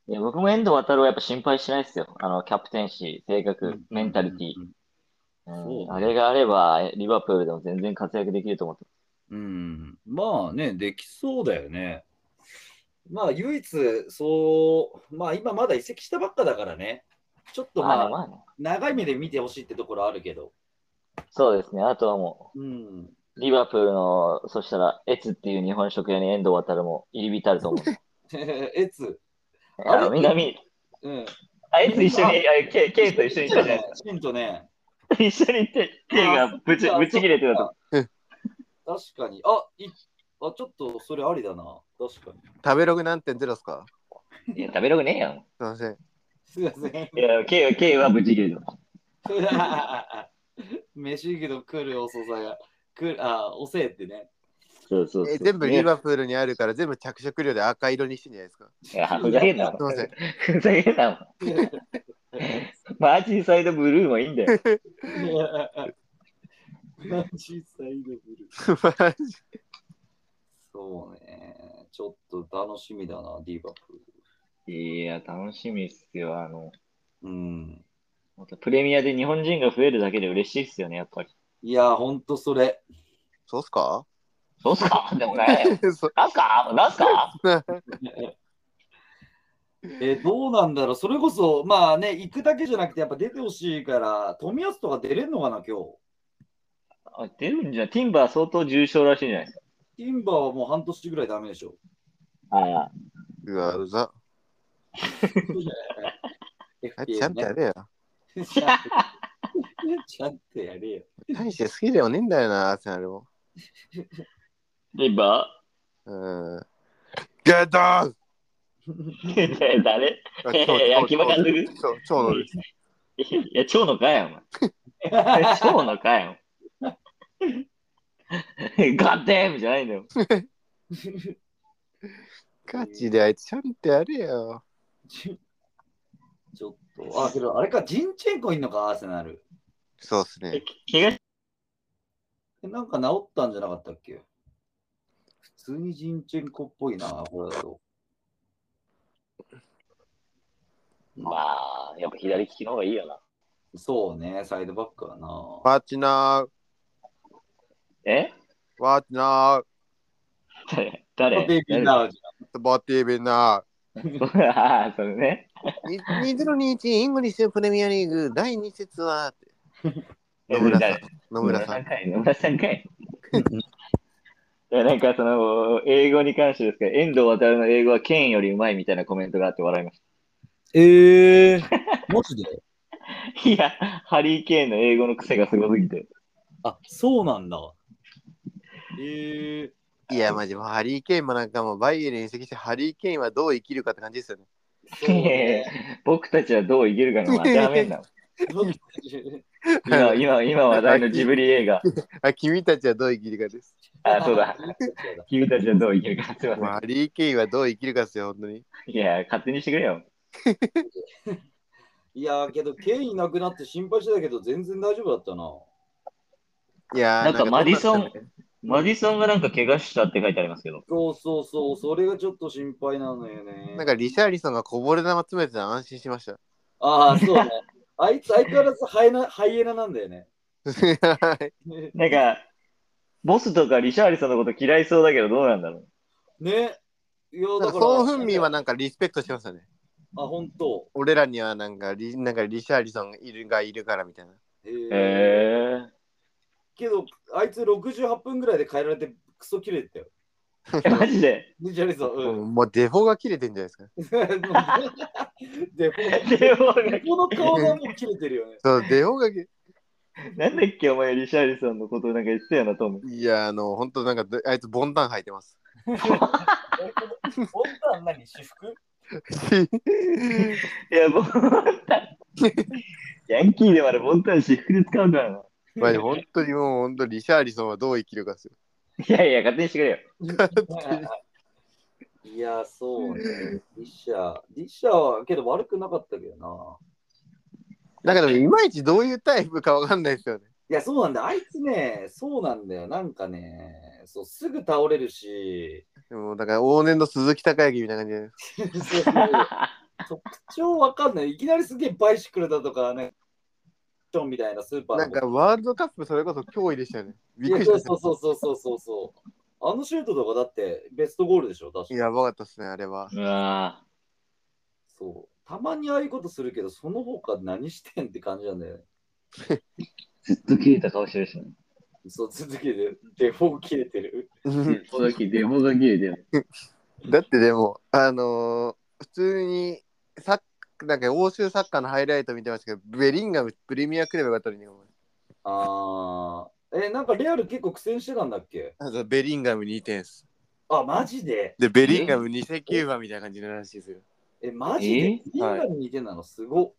Speaker 4: いや、僕も遠藤渡るはやっぱ心配しないですよ。あの、キャプテンシー、性格、メンタリティ。
Speaker 2: ん
Speaker 4: うん
Speaker 2: そう
Speaker 4: あれがあれば、えリバプールでも全然活躍できると思って
Speaker 2: うん、まあね、できそうだよね。まあ、唯一、そう、まあ今まだ移籍したばっかだからね、ちょっと
Speaker 4: まあね
Speaker 2: まあ、
Speaker 4: まあね。
Speaker 2: 長い目で見てほしいってところあるけど、
Speaker 4: そうですね。あとはも
Speaker 2: うん、 *laughs*
Speaker 4: う、リバプールの、そしたら、エツっていう日本食屋に遠藤渡るも入り浸ると思う。 *laughs*
Speaker 2: えつ、あ
Speaker 4: あ
Speaker 2: れ
Speaker 4: の、南、
Speaker 2: うん、
Speaker 4: あいつ一緒に、あケイケイと一緒に行ったじゃない
Speaker 2: シンとね、
Speaker 4: ですか。 *laughs* 一緒に行って、ケイがぶち、ぶち切れてたと。
Speaker 2: 確かに、あいあちょっとそれありだな、確かに。
Speaker 5: 食べログ何点ゼロっすか
Speaker 4: いや、食べログねえやん。
Speaker 5: すいません。
Speaker 2: すいません。 *laughs*
Speaker 4: いや、ケイは、ケイはぶち切れてた。
Speaker 2: 飯行くけど来るお素材が、来るあ、おせえって
Speaker 4: *laughs*
Speaker 2: ね。 *laughs*
Speaker 4: そうそうそう
Speaker 5: え全部リ
Speaker 4: ね
Speaker 5: バプールにあるから全部着色料で赤色にしてんじゃないですか。
Speaker 4: いや、ふざけんな
Speaker 5: すい。ません。
Speaker 4: ふざけんな。マーチサイドブルーもいいんだよ。
Speaker 2: マジサイドブルー。そうね。ちょっと楽しみだな、ディーバップ。
Speaker 4: いや、楽しみっすよ。あの、
Speaker 2: うん。
Speaker 4: またプレミアで日本人が増えるだけで嬉しいっすよね、やっぱり。
Speaker 2: いや、ほんとそれ。
Speaker 5: そうっすか
Speaker 4: そうっすかでもね。
Speaker 5: そ
Speaker 4: なんすかなんすか
Speaker 2: え、どうなんだろう。それこそ、まあね、行くだけじゃなくて、やっぱ出てほしいから、富安とか出れんのかな、今日。
Speaker 4: あ出るんじゃないティンバー相当重症らしいんじゃないですか。
Speaker 2: ティンバーはもう半年ぐらいダメでしょ。
Speaker 4: ああ。
Speaker 5: うわ、うざ。あ
Speaker 2: FPL
Speaker 5: ちゃんとや
Speaker 2: ね
Speaker 5: れよ。
Speaker 2: *laughs* ちゃんとやれよ。
Speaker 5: 大して好きではねえんだよな、アーセナルも。
Speaker 4: リバ
Speaker 5: うん。ゲッドアウ
Speaker 4: ー *laughs* 誰
Speaker 5: ト
Speaker 4: いやいや秋葉監督
Speaker 5: 超超能力。
Speaker 4: いや、蝶のかやん、お前。蝶のかやん。ガッテンじゃないんだよ。
Speaker 5: ガチであいつちゃんとやれよ。
Speaker 2: *laughs* ちちょっと、あ、けどあれか、ジンチェンコいんのか、アーセナル。
Speaker 5: そうっす
Speaker 4: え
Speaker 5: ね。
Speaker 4: 怪我し
Speaker 2: なんか治ったんじゃなかったっけ普通にジンチェンコっぽいな、これだと。
Speaker 4: まあ、やっぱ左利きの方がいいよな。
Speaker 2: そうね、サイドバックはな。
Speaker 5: ワーチナー、
Speaker 4: え
Speaker 5: ワーチナ
Speaker 4: 誰誰
Speaker 2: ベイビーナウじ
Speaker 5: ー、バティービナ
Speaker 4: 誰 *laughs* ああ、それね。
Speaker 5: ー。2021イングリッシュプレミアリーグ第2節は野
Speaker 4: 野
Speaker 5: 村
Speaker 4: 村
Speaker 5: さ
Speaker 4: さ
Speaker 5: ん野村さ
Speaker 4: ん。
Speaker 5: ん。
Speaker 4: かい。野村さん *laughs* かい。いやなんかその英語に関してですけど、遠藤航の英語はケンよりうまいみたいなコメントがあって笑いま
Speaker 2: ゃ
Speaker 4: し
Speaker 2: ん。ええー、マジで
Speaker 4: た。 *laughs* いや、ハリー・ケーンの英語の癖がすごすぎて。
Speaker 2: あ、そうなんだ。ええー。
Speaker 5: いや、マジもうハリー・ケインもなんかもうバイエルン移籍してハリー・ケインはどう生きるかって感じですよね。
Speaker 2: そう *laughs* ね
Speaker 4: 僕たちはどう生きるかの当てはめんなの。今、今、今話題のジブリ映 *laughs* 画。
Speaker 5: あ、君たちはどう生きるかです。
Speaker 4: あ、そうだ。君たちはどう生きるか。すい
Speaker 5: もう
Speaker 4: ま
Speaker 5: ハリー・ケインはどう生きるかですよ、本当に。
Speaker 4: せん。いや、勝手にしてくれよ。
Speaker 2: いやーけど、ケインいなくなって心配してたけど、全然大丈夫だったな。
Speaker 5: いやー
Speaker 4: なんかマディソン
Speaker 5: どうなったの
Speaker 4: マディソンがなんか怪我したって書いてありますけど。
Speaker 2: そうそうそう、それがちょっと心配なのよね。
Speaker 5: なんかリシャーリソンがこぼれ球詰めてたの安心しました。
Speaker 2: ああ、そうね。 *laughs* あいつ相変わらずハイナハイエナなんだよね。
Speaker 4: なんか、ボスとかリシャーリソンのこと嫌いそうだけど、どうなんだろう。
Speaker 2: ね。いや
Speaker 5: なん
Speaker 2: だ
Speaker 5: か
Speaker 2: か
Speaker 5: ソ
Speaker 2: ら。
Speaker 5: ン・フンミンはなんかリスペクトしてましたね。
Speaker 2: あ、本当。
Speaker 5: 俺らにはなんかリなんかリシャーリソンがいるがいるからみたいな。
Speaker 2: へー
Speaker 4: へ
Speaker 2: けど、あいつ68分ぐらいで変えられてクソ切れてたよ。
Speaker 4: え *laughs* え、マジで。
Speaker 2: ねジャニーさん、うん。 *laughs*
Speaker 5: もうデフォが切れてんじゃないですか。
Speaker 2: で、こ
Speaker 4: でもなんか
Speaker 2: の顔がもう切れてるよね。
Speaker 5: そう、デフォが切れ
Speaker 4: なんだっけ、お前、リシャーリソンのことなんか言ってたよな、トム。
Speaker 5: いや、あの、本当なんかどあいつボンタン履いてます。
Speaker 2: 本当は何私服
Speaker 4: いや、ボンタン。ヤンキーでまでボンタン私服で使うからな。
Speaker 5: まあ、本当にもう本当リシャーリソンはどう生きるかですよ。
Speaker 4: いやいや、勝手にしてくれよ。
Speaker 2: いや、そうね。リシャー。リシャーは、けど悪くなかったけどな。
Speaker 5: なんかでもいまいちどういうタイプかわかんないですよね。
Speaker 2: いや、そうなんだ。あいつね、そうなんだよ。なんかね、そうすぐ倒れるし、
Speaker 5: でもだから往年の鈴木孝之みたいな感じで。
Speaker 2: そう特徴わかんない。いきなりすげえバイシクルだとかね、チョンみたいなスーパーの
Speaker 5: なんかワールドカップそれこそ脅威でしたよね。び
Speaker 2: い
Speaker 5: っく
Speaker 2: や
Speaker 5: りし
Speaker 2: そう
Speaker 5: まし
Speaker 2: そうそうそうそうそう。あのシュートとかだってベストゴールでしょ、確か
Speaker 5: た。やばかったですね、あれは。
Speaker 4: うわ
Speaker 2: そう。たまにああいうことするけど、その他何してんって感じなんだよね。
Speaker 4: ぁ、ずっと切れた顔してるしね。
Speaker 2: そう、続けて、デフォー切れてる。
Speaker 4: ボが切れてる、ボが切れてる。
Speaker 5: *laughs* だってでも、あのー普通にサッなんか欧州サッカーのハイライト見てましたけど、ベリンガムプレミアクレバが取りに行く
Speaker 2: あー。え、なんかレアル結構苦戦してたんだっけ
Speaker 5: あとベリンガム2点です。
Speaker 2: あ、マジで
Speaker 5: で、ベリンガム2世キューバみたいな感じのらしいですよ。
Speaker 2: え、マジで
Speaker 4: え
Speaker 2: リンガルに似てんなのすごっ。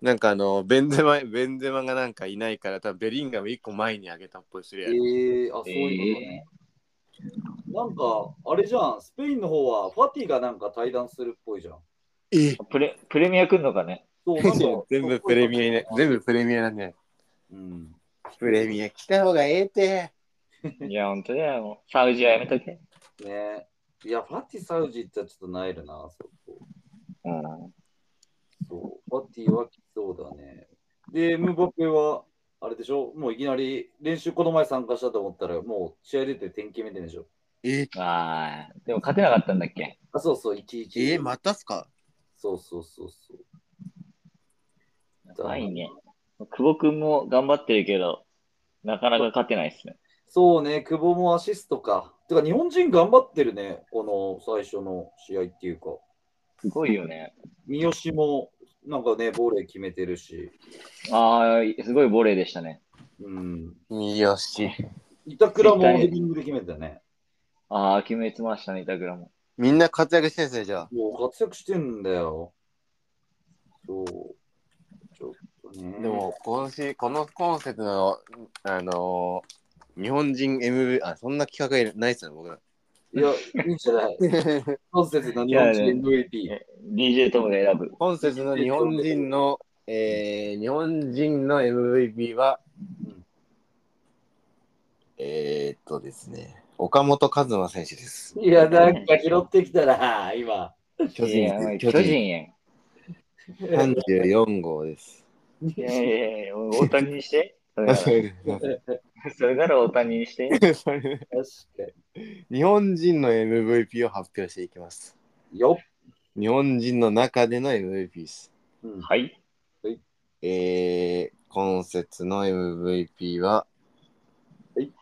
Speaker 5: なんかあの、ベンゼマ、ベンゼマがなんかいないから、多分ベリンガム1個前に上げたっぽいするや
Speaker 2: えー、あ、そういうことね。なんか、あれじゃん、スペインの方はファティがなんか対談するっぽいじゃん。
Speaker 5: え
Speaker 4: プレプレミア来んのかね。
Speaker 2: そう、なんか
Speaker 5: *laughs* 全部プレミアにな、全部プレミアなんじゃない
Speaker 2: うん。
Speaker 5: プレミア来た方がええて。
Speaker 4: いや、ほんとだよ、もう。サウジはやめとけ。
Speaker 2: ねいや、ファティ・サウジってちょっとなえるな、そこ。
Speaker 4: うん。
Speaker 2: そう、ファティは来そうだね。で、エムバペは、あれでしょもういきなり練習この前参加したと思ったら、もう試合出て点決めてるでしょ
Speaker 5: え、
Speaker 4: あーでも勝てなかったんだっけ。
Speaker 2: あ、そうそう、1-1。
Speaker 5: たっすか
Speaker 2: そうそうそうそう。
Speaker 4: やばいね。久保君も頑張ってるけど、なかなか勝てないっすね。
Speaker 2: そうね、久保もアシストか。てか、日本人頑張ってるね、この最初の試合っていうか。
Speaker 4: すごいよね。
Speaker 2: 三好もなんかね、ボレー決めてるし。
Speaker 4: ああ、すごいボレーでしたね。
Speaker 2: うん。
Speaker 5: よし。
Speaker 2: 板倉もヘディングで決めてたね。
Speaker 4: ああ、決めてましたね、板倉も。
Speaker 5: みんな活躍してるんですね、じゃあ。
Speaker 2: もう活躍してんだよ。そう。ちょっとね。
Speaker 5: でも、今週、この今節の、あのー日本人 MV、あ、そんな企画ないっすね、僕ら。
Speaker 2: いや、いいんじゃない。本節の日本人 MVP。
Speaker 4: DJ トムが選ぶ。
Speaker 5: 今節の日本人の、えー、日本人の MVP は、
Speaker 2: うん
Speaker 5: えー、っとですね、岡本和真選手です。
Speaker 2: いや、なんか拾ってきたな、今。
Speaker 5: 巨
Speaker 4: いや
Speaker 5: 人、
Speaker 4: 巨
Speaker 5: 巨
Speaker 4: 人
Speaker 5: 人
Speaker 4: やん。
Speaker 5: 34号です。
Speaker 4: いやいやいや、大谷にして。それなら *laughs* それなら大谷にして。
Speaker 2: 確か
Speaker 5: *laughs* 日本人の MVP を発表していきます。
Speaker 2: に。よっ。
Speaker 5: 日本人の中での MVP です。
Speaker 2: うん
Speaker 4: はい。
Speaker 5: えー、今節の MVP は、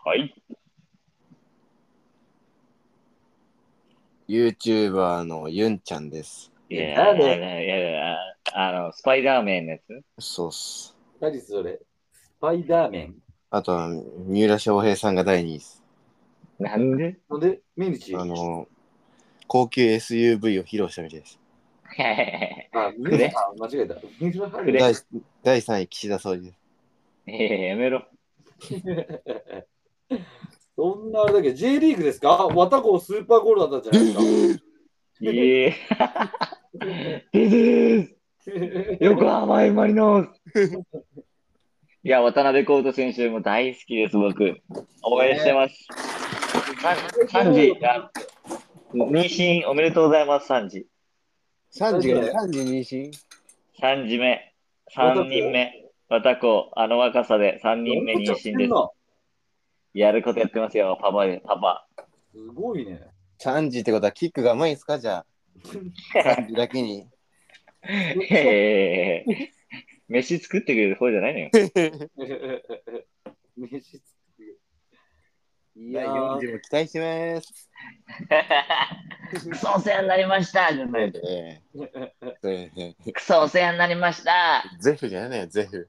Speaker 4: はい。
Speaker 5: YouTuber のユンちゃんです。
Speaker 4: いやいやいやあの、スパイダーメンのやつ。
Speaker 5: そうっす。
Speaker 2: 何それスパイダーメン。
Speaker 5: あとは、三浦翔平さんが第2位です。
Speaker 4: なんで *laughs*
Speaker 2: ほんで、ミニチ。
Speaker 5: あの、高級 SUV を披露したみたいです。
Speaker 2: あ、ミニあ間違えた。ミニハル
Speaker 4: ね
Speaker 5: 第第3位、岸田総理です。
Speaker 4: いやいややめろ。
Speaker 2: そんなあれだけど、J リーグですかワタコスーパーゴールだったじゃないですか。
Speaker 4: いえ。This is 横浜 F ・マリノーズ。いや、渡辺康斗選手も大好きです、僕。応援してます。サンジ、あ妊娠おめでとうございます、サンジ。
Speaker 5: 3時が3時妊娠
Speaker 4: 3時目、3人目、渡子、あの若さで3人目妊娠です。やることやってますよ、パパで、パ
Speaker 2: *laughs*
Speaker 4: パ。
Speaker 2: *laughs* すごいね。
Speaker 5: ?3 時ってことはキックが甘いんすか
Speaker 2: *laughs*
Speaker 5: じゃあ、3時だけに。
Speaker 4: へー飯作ってくれる方じゃないのよ。
Speaker 2: *laughs* 飯作るい
Speaker 5: 第
Speaker 2: や
Speaker 5: 4
Speaker 2: ー
Speaker 5: 時も期待してます。
Speaker 4: クソお世話になりましたじゃない
Speaker 5: えーえー
Speaker 4: クソお世話になりました
Speaker 5: ゼフじゃないよ、ゼフ。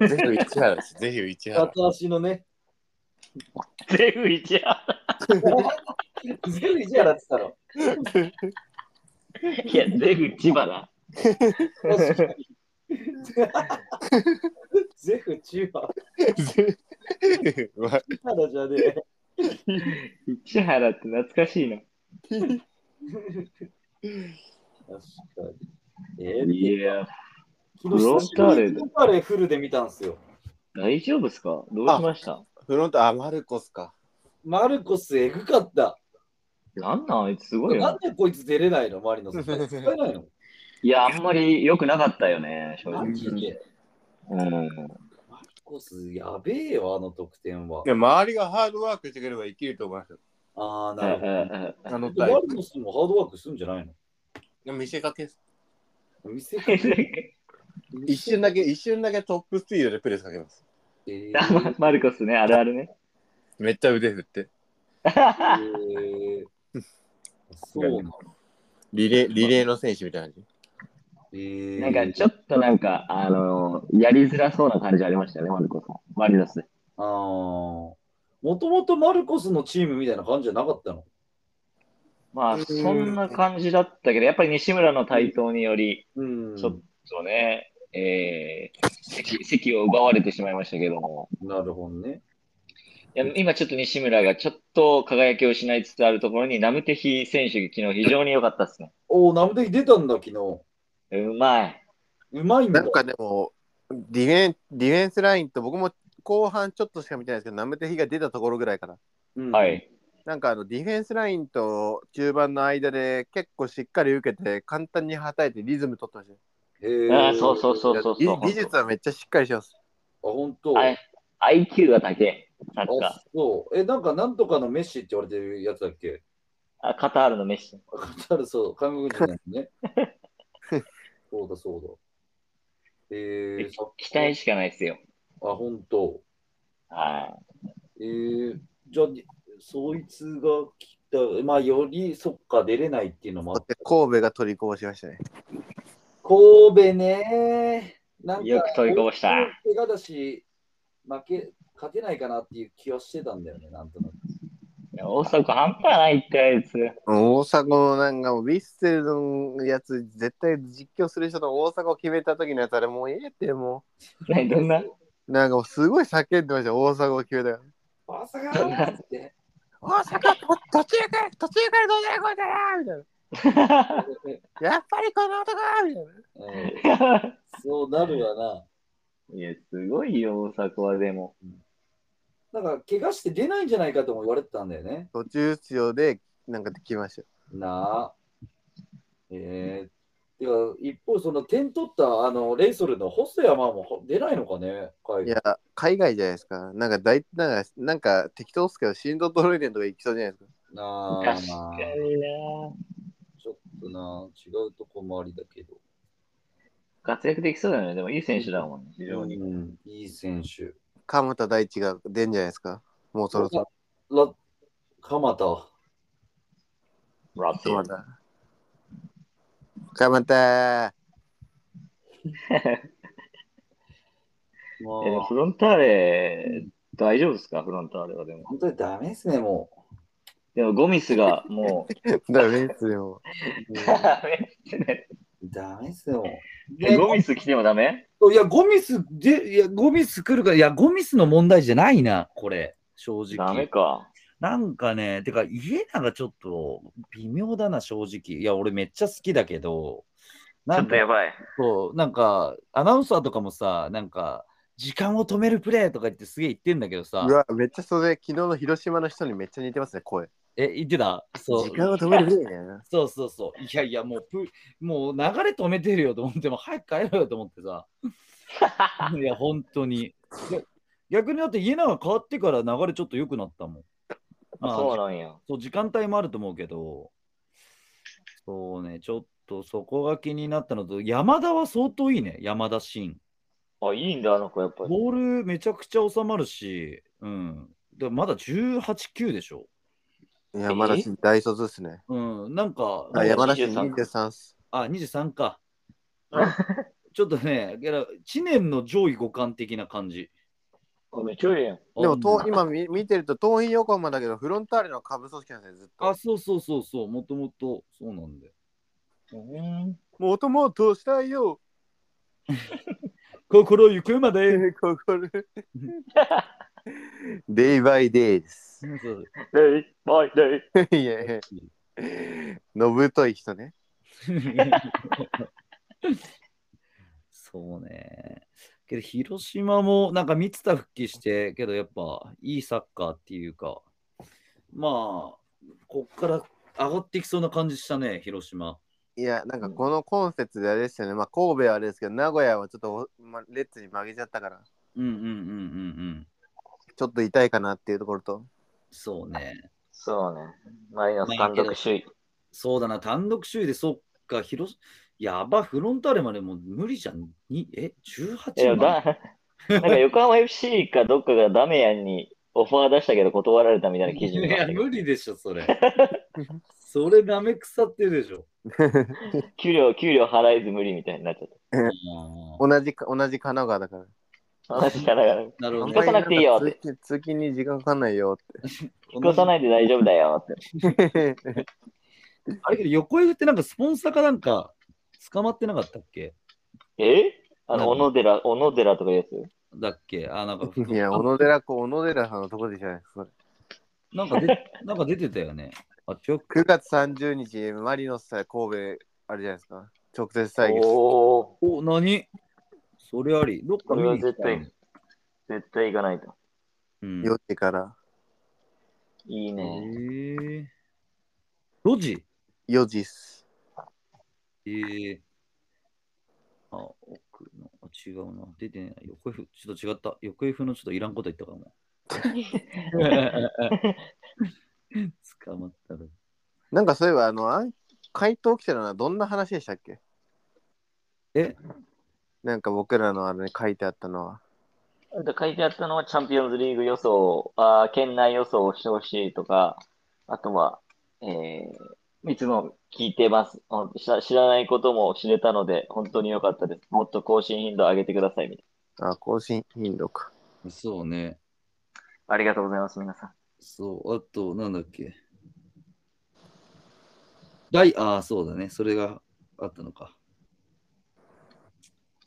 Speaker 5: ゼフ市原です。ゼフ市原。
Speaker 2: 私のね、
Speaker 4: ゼフ一応。
Speaker 2: ゼリーじゃらって言っ
Speaker 4: いや、ゼフ千葉だ。
Speaker 2: たの。確かにゼフ千葉、
Speaker 5: ま
Speaker 2: ただじゃね
Speaker 4: 市原って懐かしいな。
Speaker 2: え。確かに。えー、
Speaker 4: いや、
Speaker 2: 昨日久しぶりに
Speaker 4: フロンターレだ
Speaker 2: フロンターレフルで見たんですよ。
Speaker 4: 大丈夫ですかどうしました
Speaker 5: *laughs* フロント、あ、マルコスか。
Speaker 2: マルコスえぐかった。
Speaker 4: なんなんあいつすごい
Speaker 2: な
Speaker 4: よ
Speaker 2: ん。でこいつ出れないのマリノス。使えないの
Speaker 4: いや、あんまり良くなかったよね、正
Speaker 2: マ
Speaker 4: 直。
Speaker 2: ジで。
Speaker 4: うん。
Speaker 2: マルコスやべえよ、あの得点は
Speaker 5: で。周りがハードワークしてくれば生きると思いますよ。
Speaker 2: ああ、なる
Speaker 5: あの
Speaker 2: ほど。
Speaker 5: タイ
Speaker 2: マリノスもハードワークするんじゃないの
Speaker 5: プ。見せかけです。
Speaker 2: 見せかけ
Speaker 5: 一瞬だけ、一瞬だけトップスピードでプレスかけます。
Speaker 2: え
Speaker 4: あまマルコスね、あるあるね。
Speaker 5: めっちゃ腕振って。
Speaker 2: ー、そうなの。
Speaker 5: リレー、リレーの選手みたいな感
Speaker 2: えー、
Speaker 4: なんかちょっとなんか、あのやりづらそうな感じありましたよね、マルコスも。マリノス。
Speaker 2: ああ。もともとマルコスのチームみたいな感じじゃなかったの
Speaker 4: まあ、そんな感じだったけど、やっぱり西村の台頭により、
Speaker 2: うん
Speaker 4: ちょっとね、えー席、席を奪われてしまいましたけども、
Speaker 2: なるほどね。
Speaker 4: いや今ちょっと西村がちょっと輝きを失いつつあるところに、ナムテヒ選手が昨日非常に良かったですね。
Speaker 2: おお、ナムデヒ出たんだ、昨日。
Speaker 4: うまい。
Speaker 2: うまいん
Speaker 5: じ。な
Speaker 2: だ。
Speaker 5: んかでも、ディフェン、ディフェンスラインと僕も後半ちょっとしか見てないですけど、ナムテヒが出たところぐらいかな。
Speaker 2: うん
Speaker 4: はい。
Speaker 5: なんかあのディフェンスラインと中盤の間で結構しっかり受けて簡単にはたいてリズム取ってましたよ
Speaker 2: へー
Speaker 4: あーそうそうそうそう
Speaker 5: い
Speaker 4: そ
Speaker 5: や
Speaker 4: う。
Speaker 5: 技技術はめっちゃしっかりしてます。
Speaker 2: あ、本当。
Speaker 4: はい IQ が高い。サッカー
Speaker 2: あ、そう。え、なんか、なんとかのメッシって言われてるやつだっけ
Speaker 4: あカタールのメッシ。
Speaker 2: カタール、そう、韓国人なんです
Speaker 4: *laughs*
Speaker 2: ね。そうだ、そうだ。えー、さ
Speaker 4: 期待しかないですよ。
Speaker 2: あ、本当。
Speaker 4: は
Speaker 2: えー、じゃあ、そいつが来た、まあ、より、そっか、出れないっていうのもあ
Speaker 5: だっ
Speaker 2: って
Speaker 5: て、神戸が取りこぼしましたね。
Speaker 2: 神戸ね。なんか
Speaker 4: よくそういう顔した。
Speaker 2: 怪我だし、負け、勝てないかなっていう気はしてたんだよね、なんとなく。
Speaker 4: いや大阪半端ないってあいつ。
Speaker 5: 大阪のなんかもうヴィッセルのやつ絶対実況する人の大阪を決めた時のやつあれもうええっても
Speaker 4: 何どんな
Speaker 5: うなんかもうすごい叫んでましたよ大阪を決めたから
Speaker 2: 大阪
Speaker 4: *laughs*
Speaker 2: って。
Speaker 5: 大阪と途中から途中からどうだよこうだよみたいなやっぱりこの男みたいな
Speaker 2: うんそうなるわな。
Speaker 4: *laughs* いや、すごいよ、大阪はでも。
Speaker 2: なんか、怪我して出ないんじゃないかとも言われてたんだよね。
Speaker 5: 途中出場でなんかできましたよ
Speaker 2: なあ。えー、では、一方、その点取った、あの、レイソルの細谷マンもほ出ないのかね、海外
Speaker 5: いや海外じゃないですかなんか大なんかなんか適当っすけどシンドトロイデンとか行きそうじゃないですか
Speaker 2: なあ
Speaker 4: 確かにな。
Speaker 2: ちょっとな、違うとこもありだけど。
Speaker 4: 活躍できそうだよね。でもいい選手だもんね、非常に。
Speaker 2: うん、いい選手。
Speaker 5: 鎌田大地が出んじゃないですかもうそろそろ
Speaker 2: ら鎌田。
Speaker 4: ラッ
Speaker 5: 鎌田鎌田
Speaker 2: も
Speaker 4: えでも
Speaker 2: う、
Speaker 4: フロンターレ、大丈夫ですかフロンターレはでも。
Speaker 2: 本当にダメですね、も
Speaker 4: でもゴミスがも *laughs* う、
Speaker 5: だからベンツで *laughs* も
Speaker 4: ダメっすね
Speaker 2: う。ダメですよ。
Speaker 4: えゴミス来てもダメ
Speaker 2: いや、ゴミスで、いや、ゴミス来るから、いや、ゴミスの問題じゃないな、これ、正直。
Speaker 4: ダメか。
Speaker 2: なんかね、てか、家がちょっと微妙だな、正直。いや、俺めっちゃ好きだけど、
Speaker 4: ち
Speaker 2: なん
Speaker 4: ょっ
Speaker 2: か
Speaker 4: と、やばい。
Speaker 2: そうなんかアナウンサーとかもさ、なんか、時間を止めるプレーとか言ってすげえ言ってんだけどさ
Speaker 5: う、わめっちゃそれ昨日の広島の人にめっちゃ似てますね声
Speaker 2: え、言ってたそう
Speaker 5: 時。間を止めるべきだよな
Speaker 2: そうそうそう。いやいや、もうプ、もう流れ止めてるよと思って、もう早く帰ろうよと思って
Speaker 4: *laughs*
Speaker 2: さ。いや、本当に。で逆にだって家が変わってから流れちょっと良くなったもん。まあ、
Speaker 4: そうなんや。
Speaker 2: そう時間帯もあると思うけど、そうね、ちょっとそこが気になったのと、山田は相当いいね、山田シーン。
Speaker 4: あ、いいんだ、あの子、やっぱり。
Speaker 2: ボールめちゃくちゃ収まるし、うん。でまだ18、9でしょ。
Speaker 5: いや、山梨大卒ですね。
Speaker 2: うん、なんか、
Speaker 5: あ、山梨
Speaker 4: 23
Speaker 5: 23っす。
Speaker 2: あ、23か。 *laughs* ちょっとね、けど知念の上位互換的な感じ。
Speaker 4: あめっちゃいいやん。
Speaker 5: でも、
Speaker 2: あ
Speaker 5: 東今見見てると、東院横浜だけど、フロンターレの株組織なんですよ、ずっ
Speaker 2: あ、
Speaker 5: と。
Speaker 2: そうそうそうそう、もともとそうなんで。
Speaker 4: うん。
Speaker 5: もともとしたいよ。
Speaker 2: 心を行くまで。
Speaker 5: 心。デイバイデイです。
Speaker 2: そう
Speaker 4: デイ、バイ、デイ。
Speaker 5: *laughs* いやいや。のぶとい人ね。
Speaker 2: *laughs* そうね。けど、広島もなんか三田復帰して、けどやっぱいいサッカーっていうか、まあ、こっから上がってきそうな感じしたね、広島。
Speaker 5: いや、なんかこの今節であれですよね。まあ、神戸はあれですけど、名古屋はちょっと、まあ、レッツに負けちゃったから、
Speaker 2: うんうんうんうんうん。
Speaker 5: ちょっと痛いかなっていうところと。
Speaker 2: そうね。
Speaker 4: そうね。マリノス単独首位。
Speaker 2: そうだな、単独首位で、そっか、広島、やば、フロンターレまでもう無理じゃん。にえ、
Speaker 4: いや、
Speaker 2: 18番
Speaker 4: *laughs* だ、なんか横浜 FC かどっかがダメやんにオファー出したけど断られたみたいな記事
Speaker 2: い
Speaker 4: にな
Speaker 2: や、
Speaker 4: ったけど
Speaker 2: 無理でしょ、それ。それ、なめ腐ってるでしょ。
Speaker 4: 給料、給料払えず無理みたいになっちゃっ
Speaker 5: 同じか、同じ神奈川だから。
Speaker 4: *laughs* た。話からがら。引
Speaker 2: なるほ
Speaker 4: 引っ
Speaker 2: ど
Speaker 4: 越さ
Speaker 2: ね。
Speaker 4: なくていいよ
Speaker 5: あんまりなんか通勤通勤に時間かかんないよ
Speaker 4: っ越さないで大丈夫だよって。
Speaker 5: って。
Speaker 2: あれけど、横江ってなんかスポンサーかなんか捕まってなかったっけ
Speaker 4: えあ
Speaker 2: なんか
Speaker 4: の、小野寺、小野寺とかいうやつ。
Speaker 2: だっけあ、 *laughs* なんか、
Speaker 5: いや、小野寺子、小野寺さんのとこでじゃないですか。
Speaker 2: なんかでなんか出てたよね。あ、ちょ
Speaker 5: 9月30日、マリノス対神戸、あれじゃないですか。直接対決。
Speaker 4: おお、
Speaker 2: お、何それあり。どっか見に行きたい
Speaker 4: これは絶対行かないと。
Speaker 2: うん。
Speaker 5: 4時から。
Speaker 4: いい
Speaker 2: へ
Speaker 4: ね。
Speaker 2: ー路地
Speaker 5: 4時っす。
Speaker 2: えー、あ、奥の、あ違うな。出てない。横 F、ちょっと違った。横 F のちょっといらんこと言ったかも。 *laughs* 捕まったら。
Speaker 5: なんかそういえば、あの、あん回答来てるのはどんな話でしたっけ
Speaker 2: え
Speaker 5: なんか僕らのあれに書いてあったのは。
Speaker 4: あと書いてあったのはチャンピオンズリーグ予想、あー県内予想をしてほしいとか、あとは、えー、いつも聞いてます。ほんと知ら知らないことも知れたので、本当に良かったです。もっと更新頻度上げてくださいみたい
Speaker 5: あ、更新頻度か。
Speaker 2: そうね。
Speaker 4: な。ありがとうございます、皆さん。
Speaker 2: そう、あと、なんだっけ。第、ああ、そうだね。それがあったのか。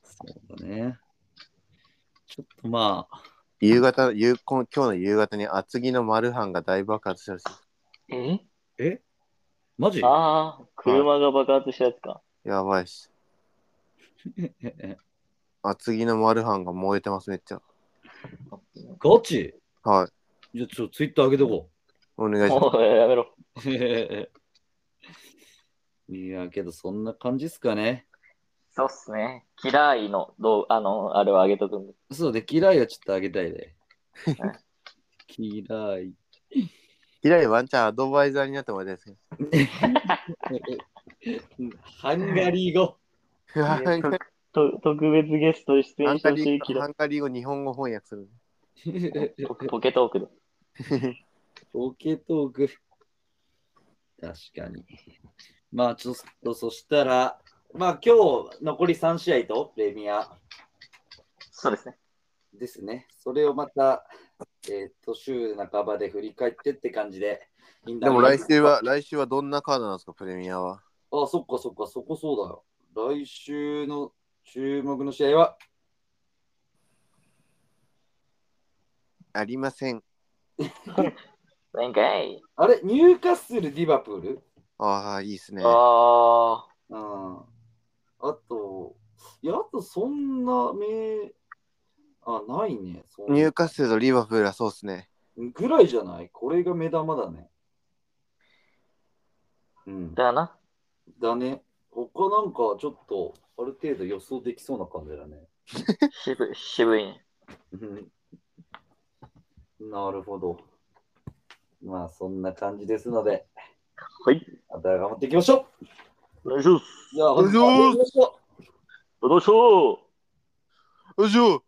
Speaker 2: そうだね。ちょっとまあ、
Speaker 5: 夕方、夕今今日の夕方に厚木のマルハンが大爆発したらしい。
Speaker 4: え
Speaker 2: えマジ
Speaker 4: ああ、車が爆発したやつか。
Speaker 5: やばいし。
Speaker 2: ええ
Speaker 5: 厚木のマルハンが燃えてます、めっちゃ。
Speaker 2: *laughs* ガチ
Speaker 5: はい。
Speaker 2: じゃあ、ちょ、ツイッター上げとこう。
Speaker 5: お願いします。
Speaker 4: もうやめろ。
Speaker 2: *laughs* いや、けどそんな感じっすかね。
Speaker 4: そうっすね。嫌いの、どう、あの、あれを上げとくんで。
Speaker 2: そうで、嫌いはちょっとあげたいね。嫌い。
Speaker 5: 平井ワンちゃんアドバイザーになってもらいたいですね。
Speaker 2: ハンガリー語。
Speaker 5: ハンガ
Speaker 4: と特別ゲストに出演してほし
Speaker 5: リ
Speaker 4: い
Speaker 5: ーハンガリー語日本語翻訳する。
Speaker 4: 嫌いポポケトークで。
Speaker 2: オケトーク。確かに。まあ、ちょっとそしたら、まあ今日残り3試合とプレミア
Speaker 4: そうですね。
Speaker 2: ですね。それをまた、えー、と週半ばで振り返ってって感じで。いいんだ
Speaker 5: で
Speaker 2: ろ
Speaker 5: も
Speaker 2: う
Speaker 5: 来週は、来週はどんなカードなんですか、プレミアは。
Speaker 2: あそっかそっか、そこそうだよ。来週の注目の試合は、
Speaker 5: ありません。
Speaker 4: なんかい。
Speaker 2: あれ、ニューカッスル、ディバプール
Speaker 5: ああ、いいですね。
Speaker 4: あ
Speaker 2: うん。あと、いや、あとそんな名、あ、ないね。そん
Speaker 5: ニューカッスルとリバプールはそうですね。
Speaker 2: ぐらいじゃないこれが目玉だね。うん
Speaker 4: あ、。だな。
Speaker 2: だね。他なんかちょっと、ある程度予想できそうな感じだね。
Speaker 4: 渋い、渋いね。
Speaker 2: うんなるほど。まあ、そんな感じですので。
Speaker 4: はい。
Speaker 2: また頑張っていきましょ
Speaker 4: お願いします。
Speaker 2: うじゃあ、本日は終わりにしましょう
Speaker 4: どうしよう
Speaker 5: よいしょ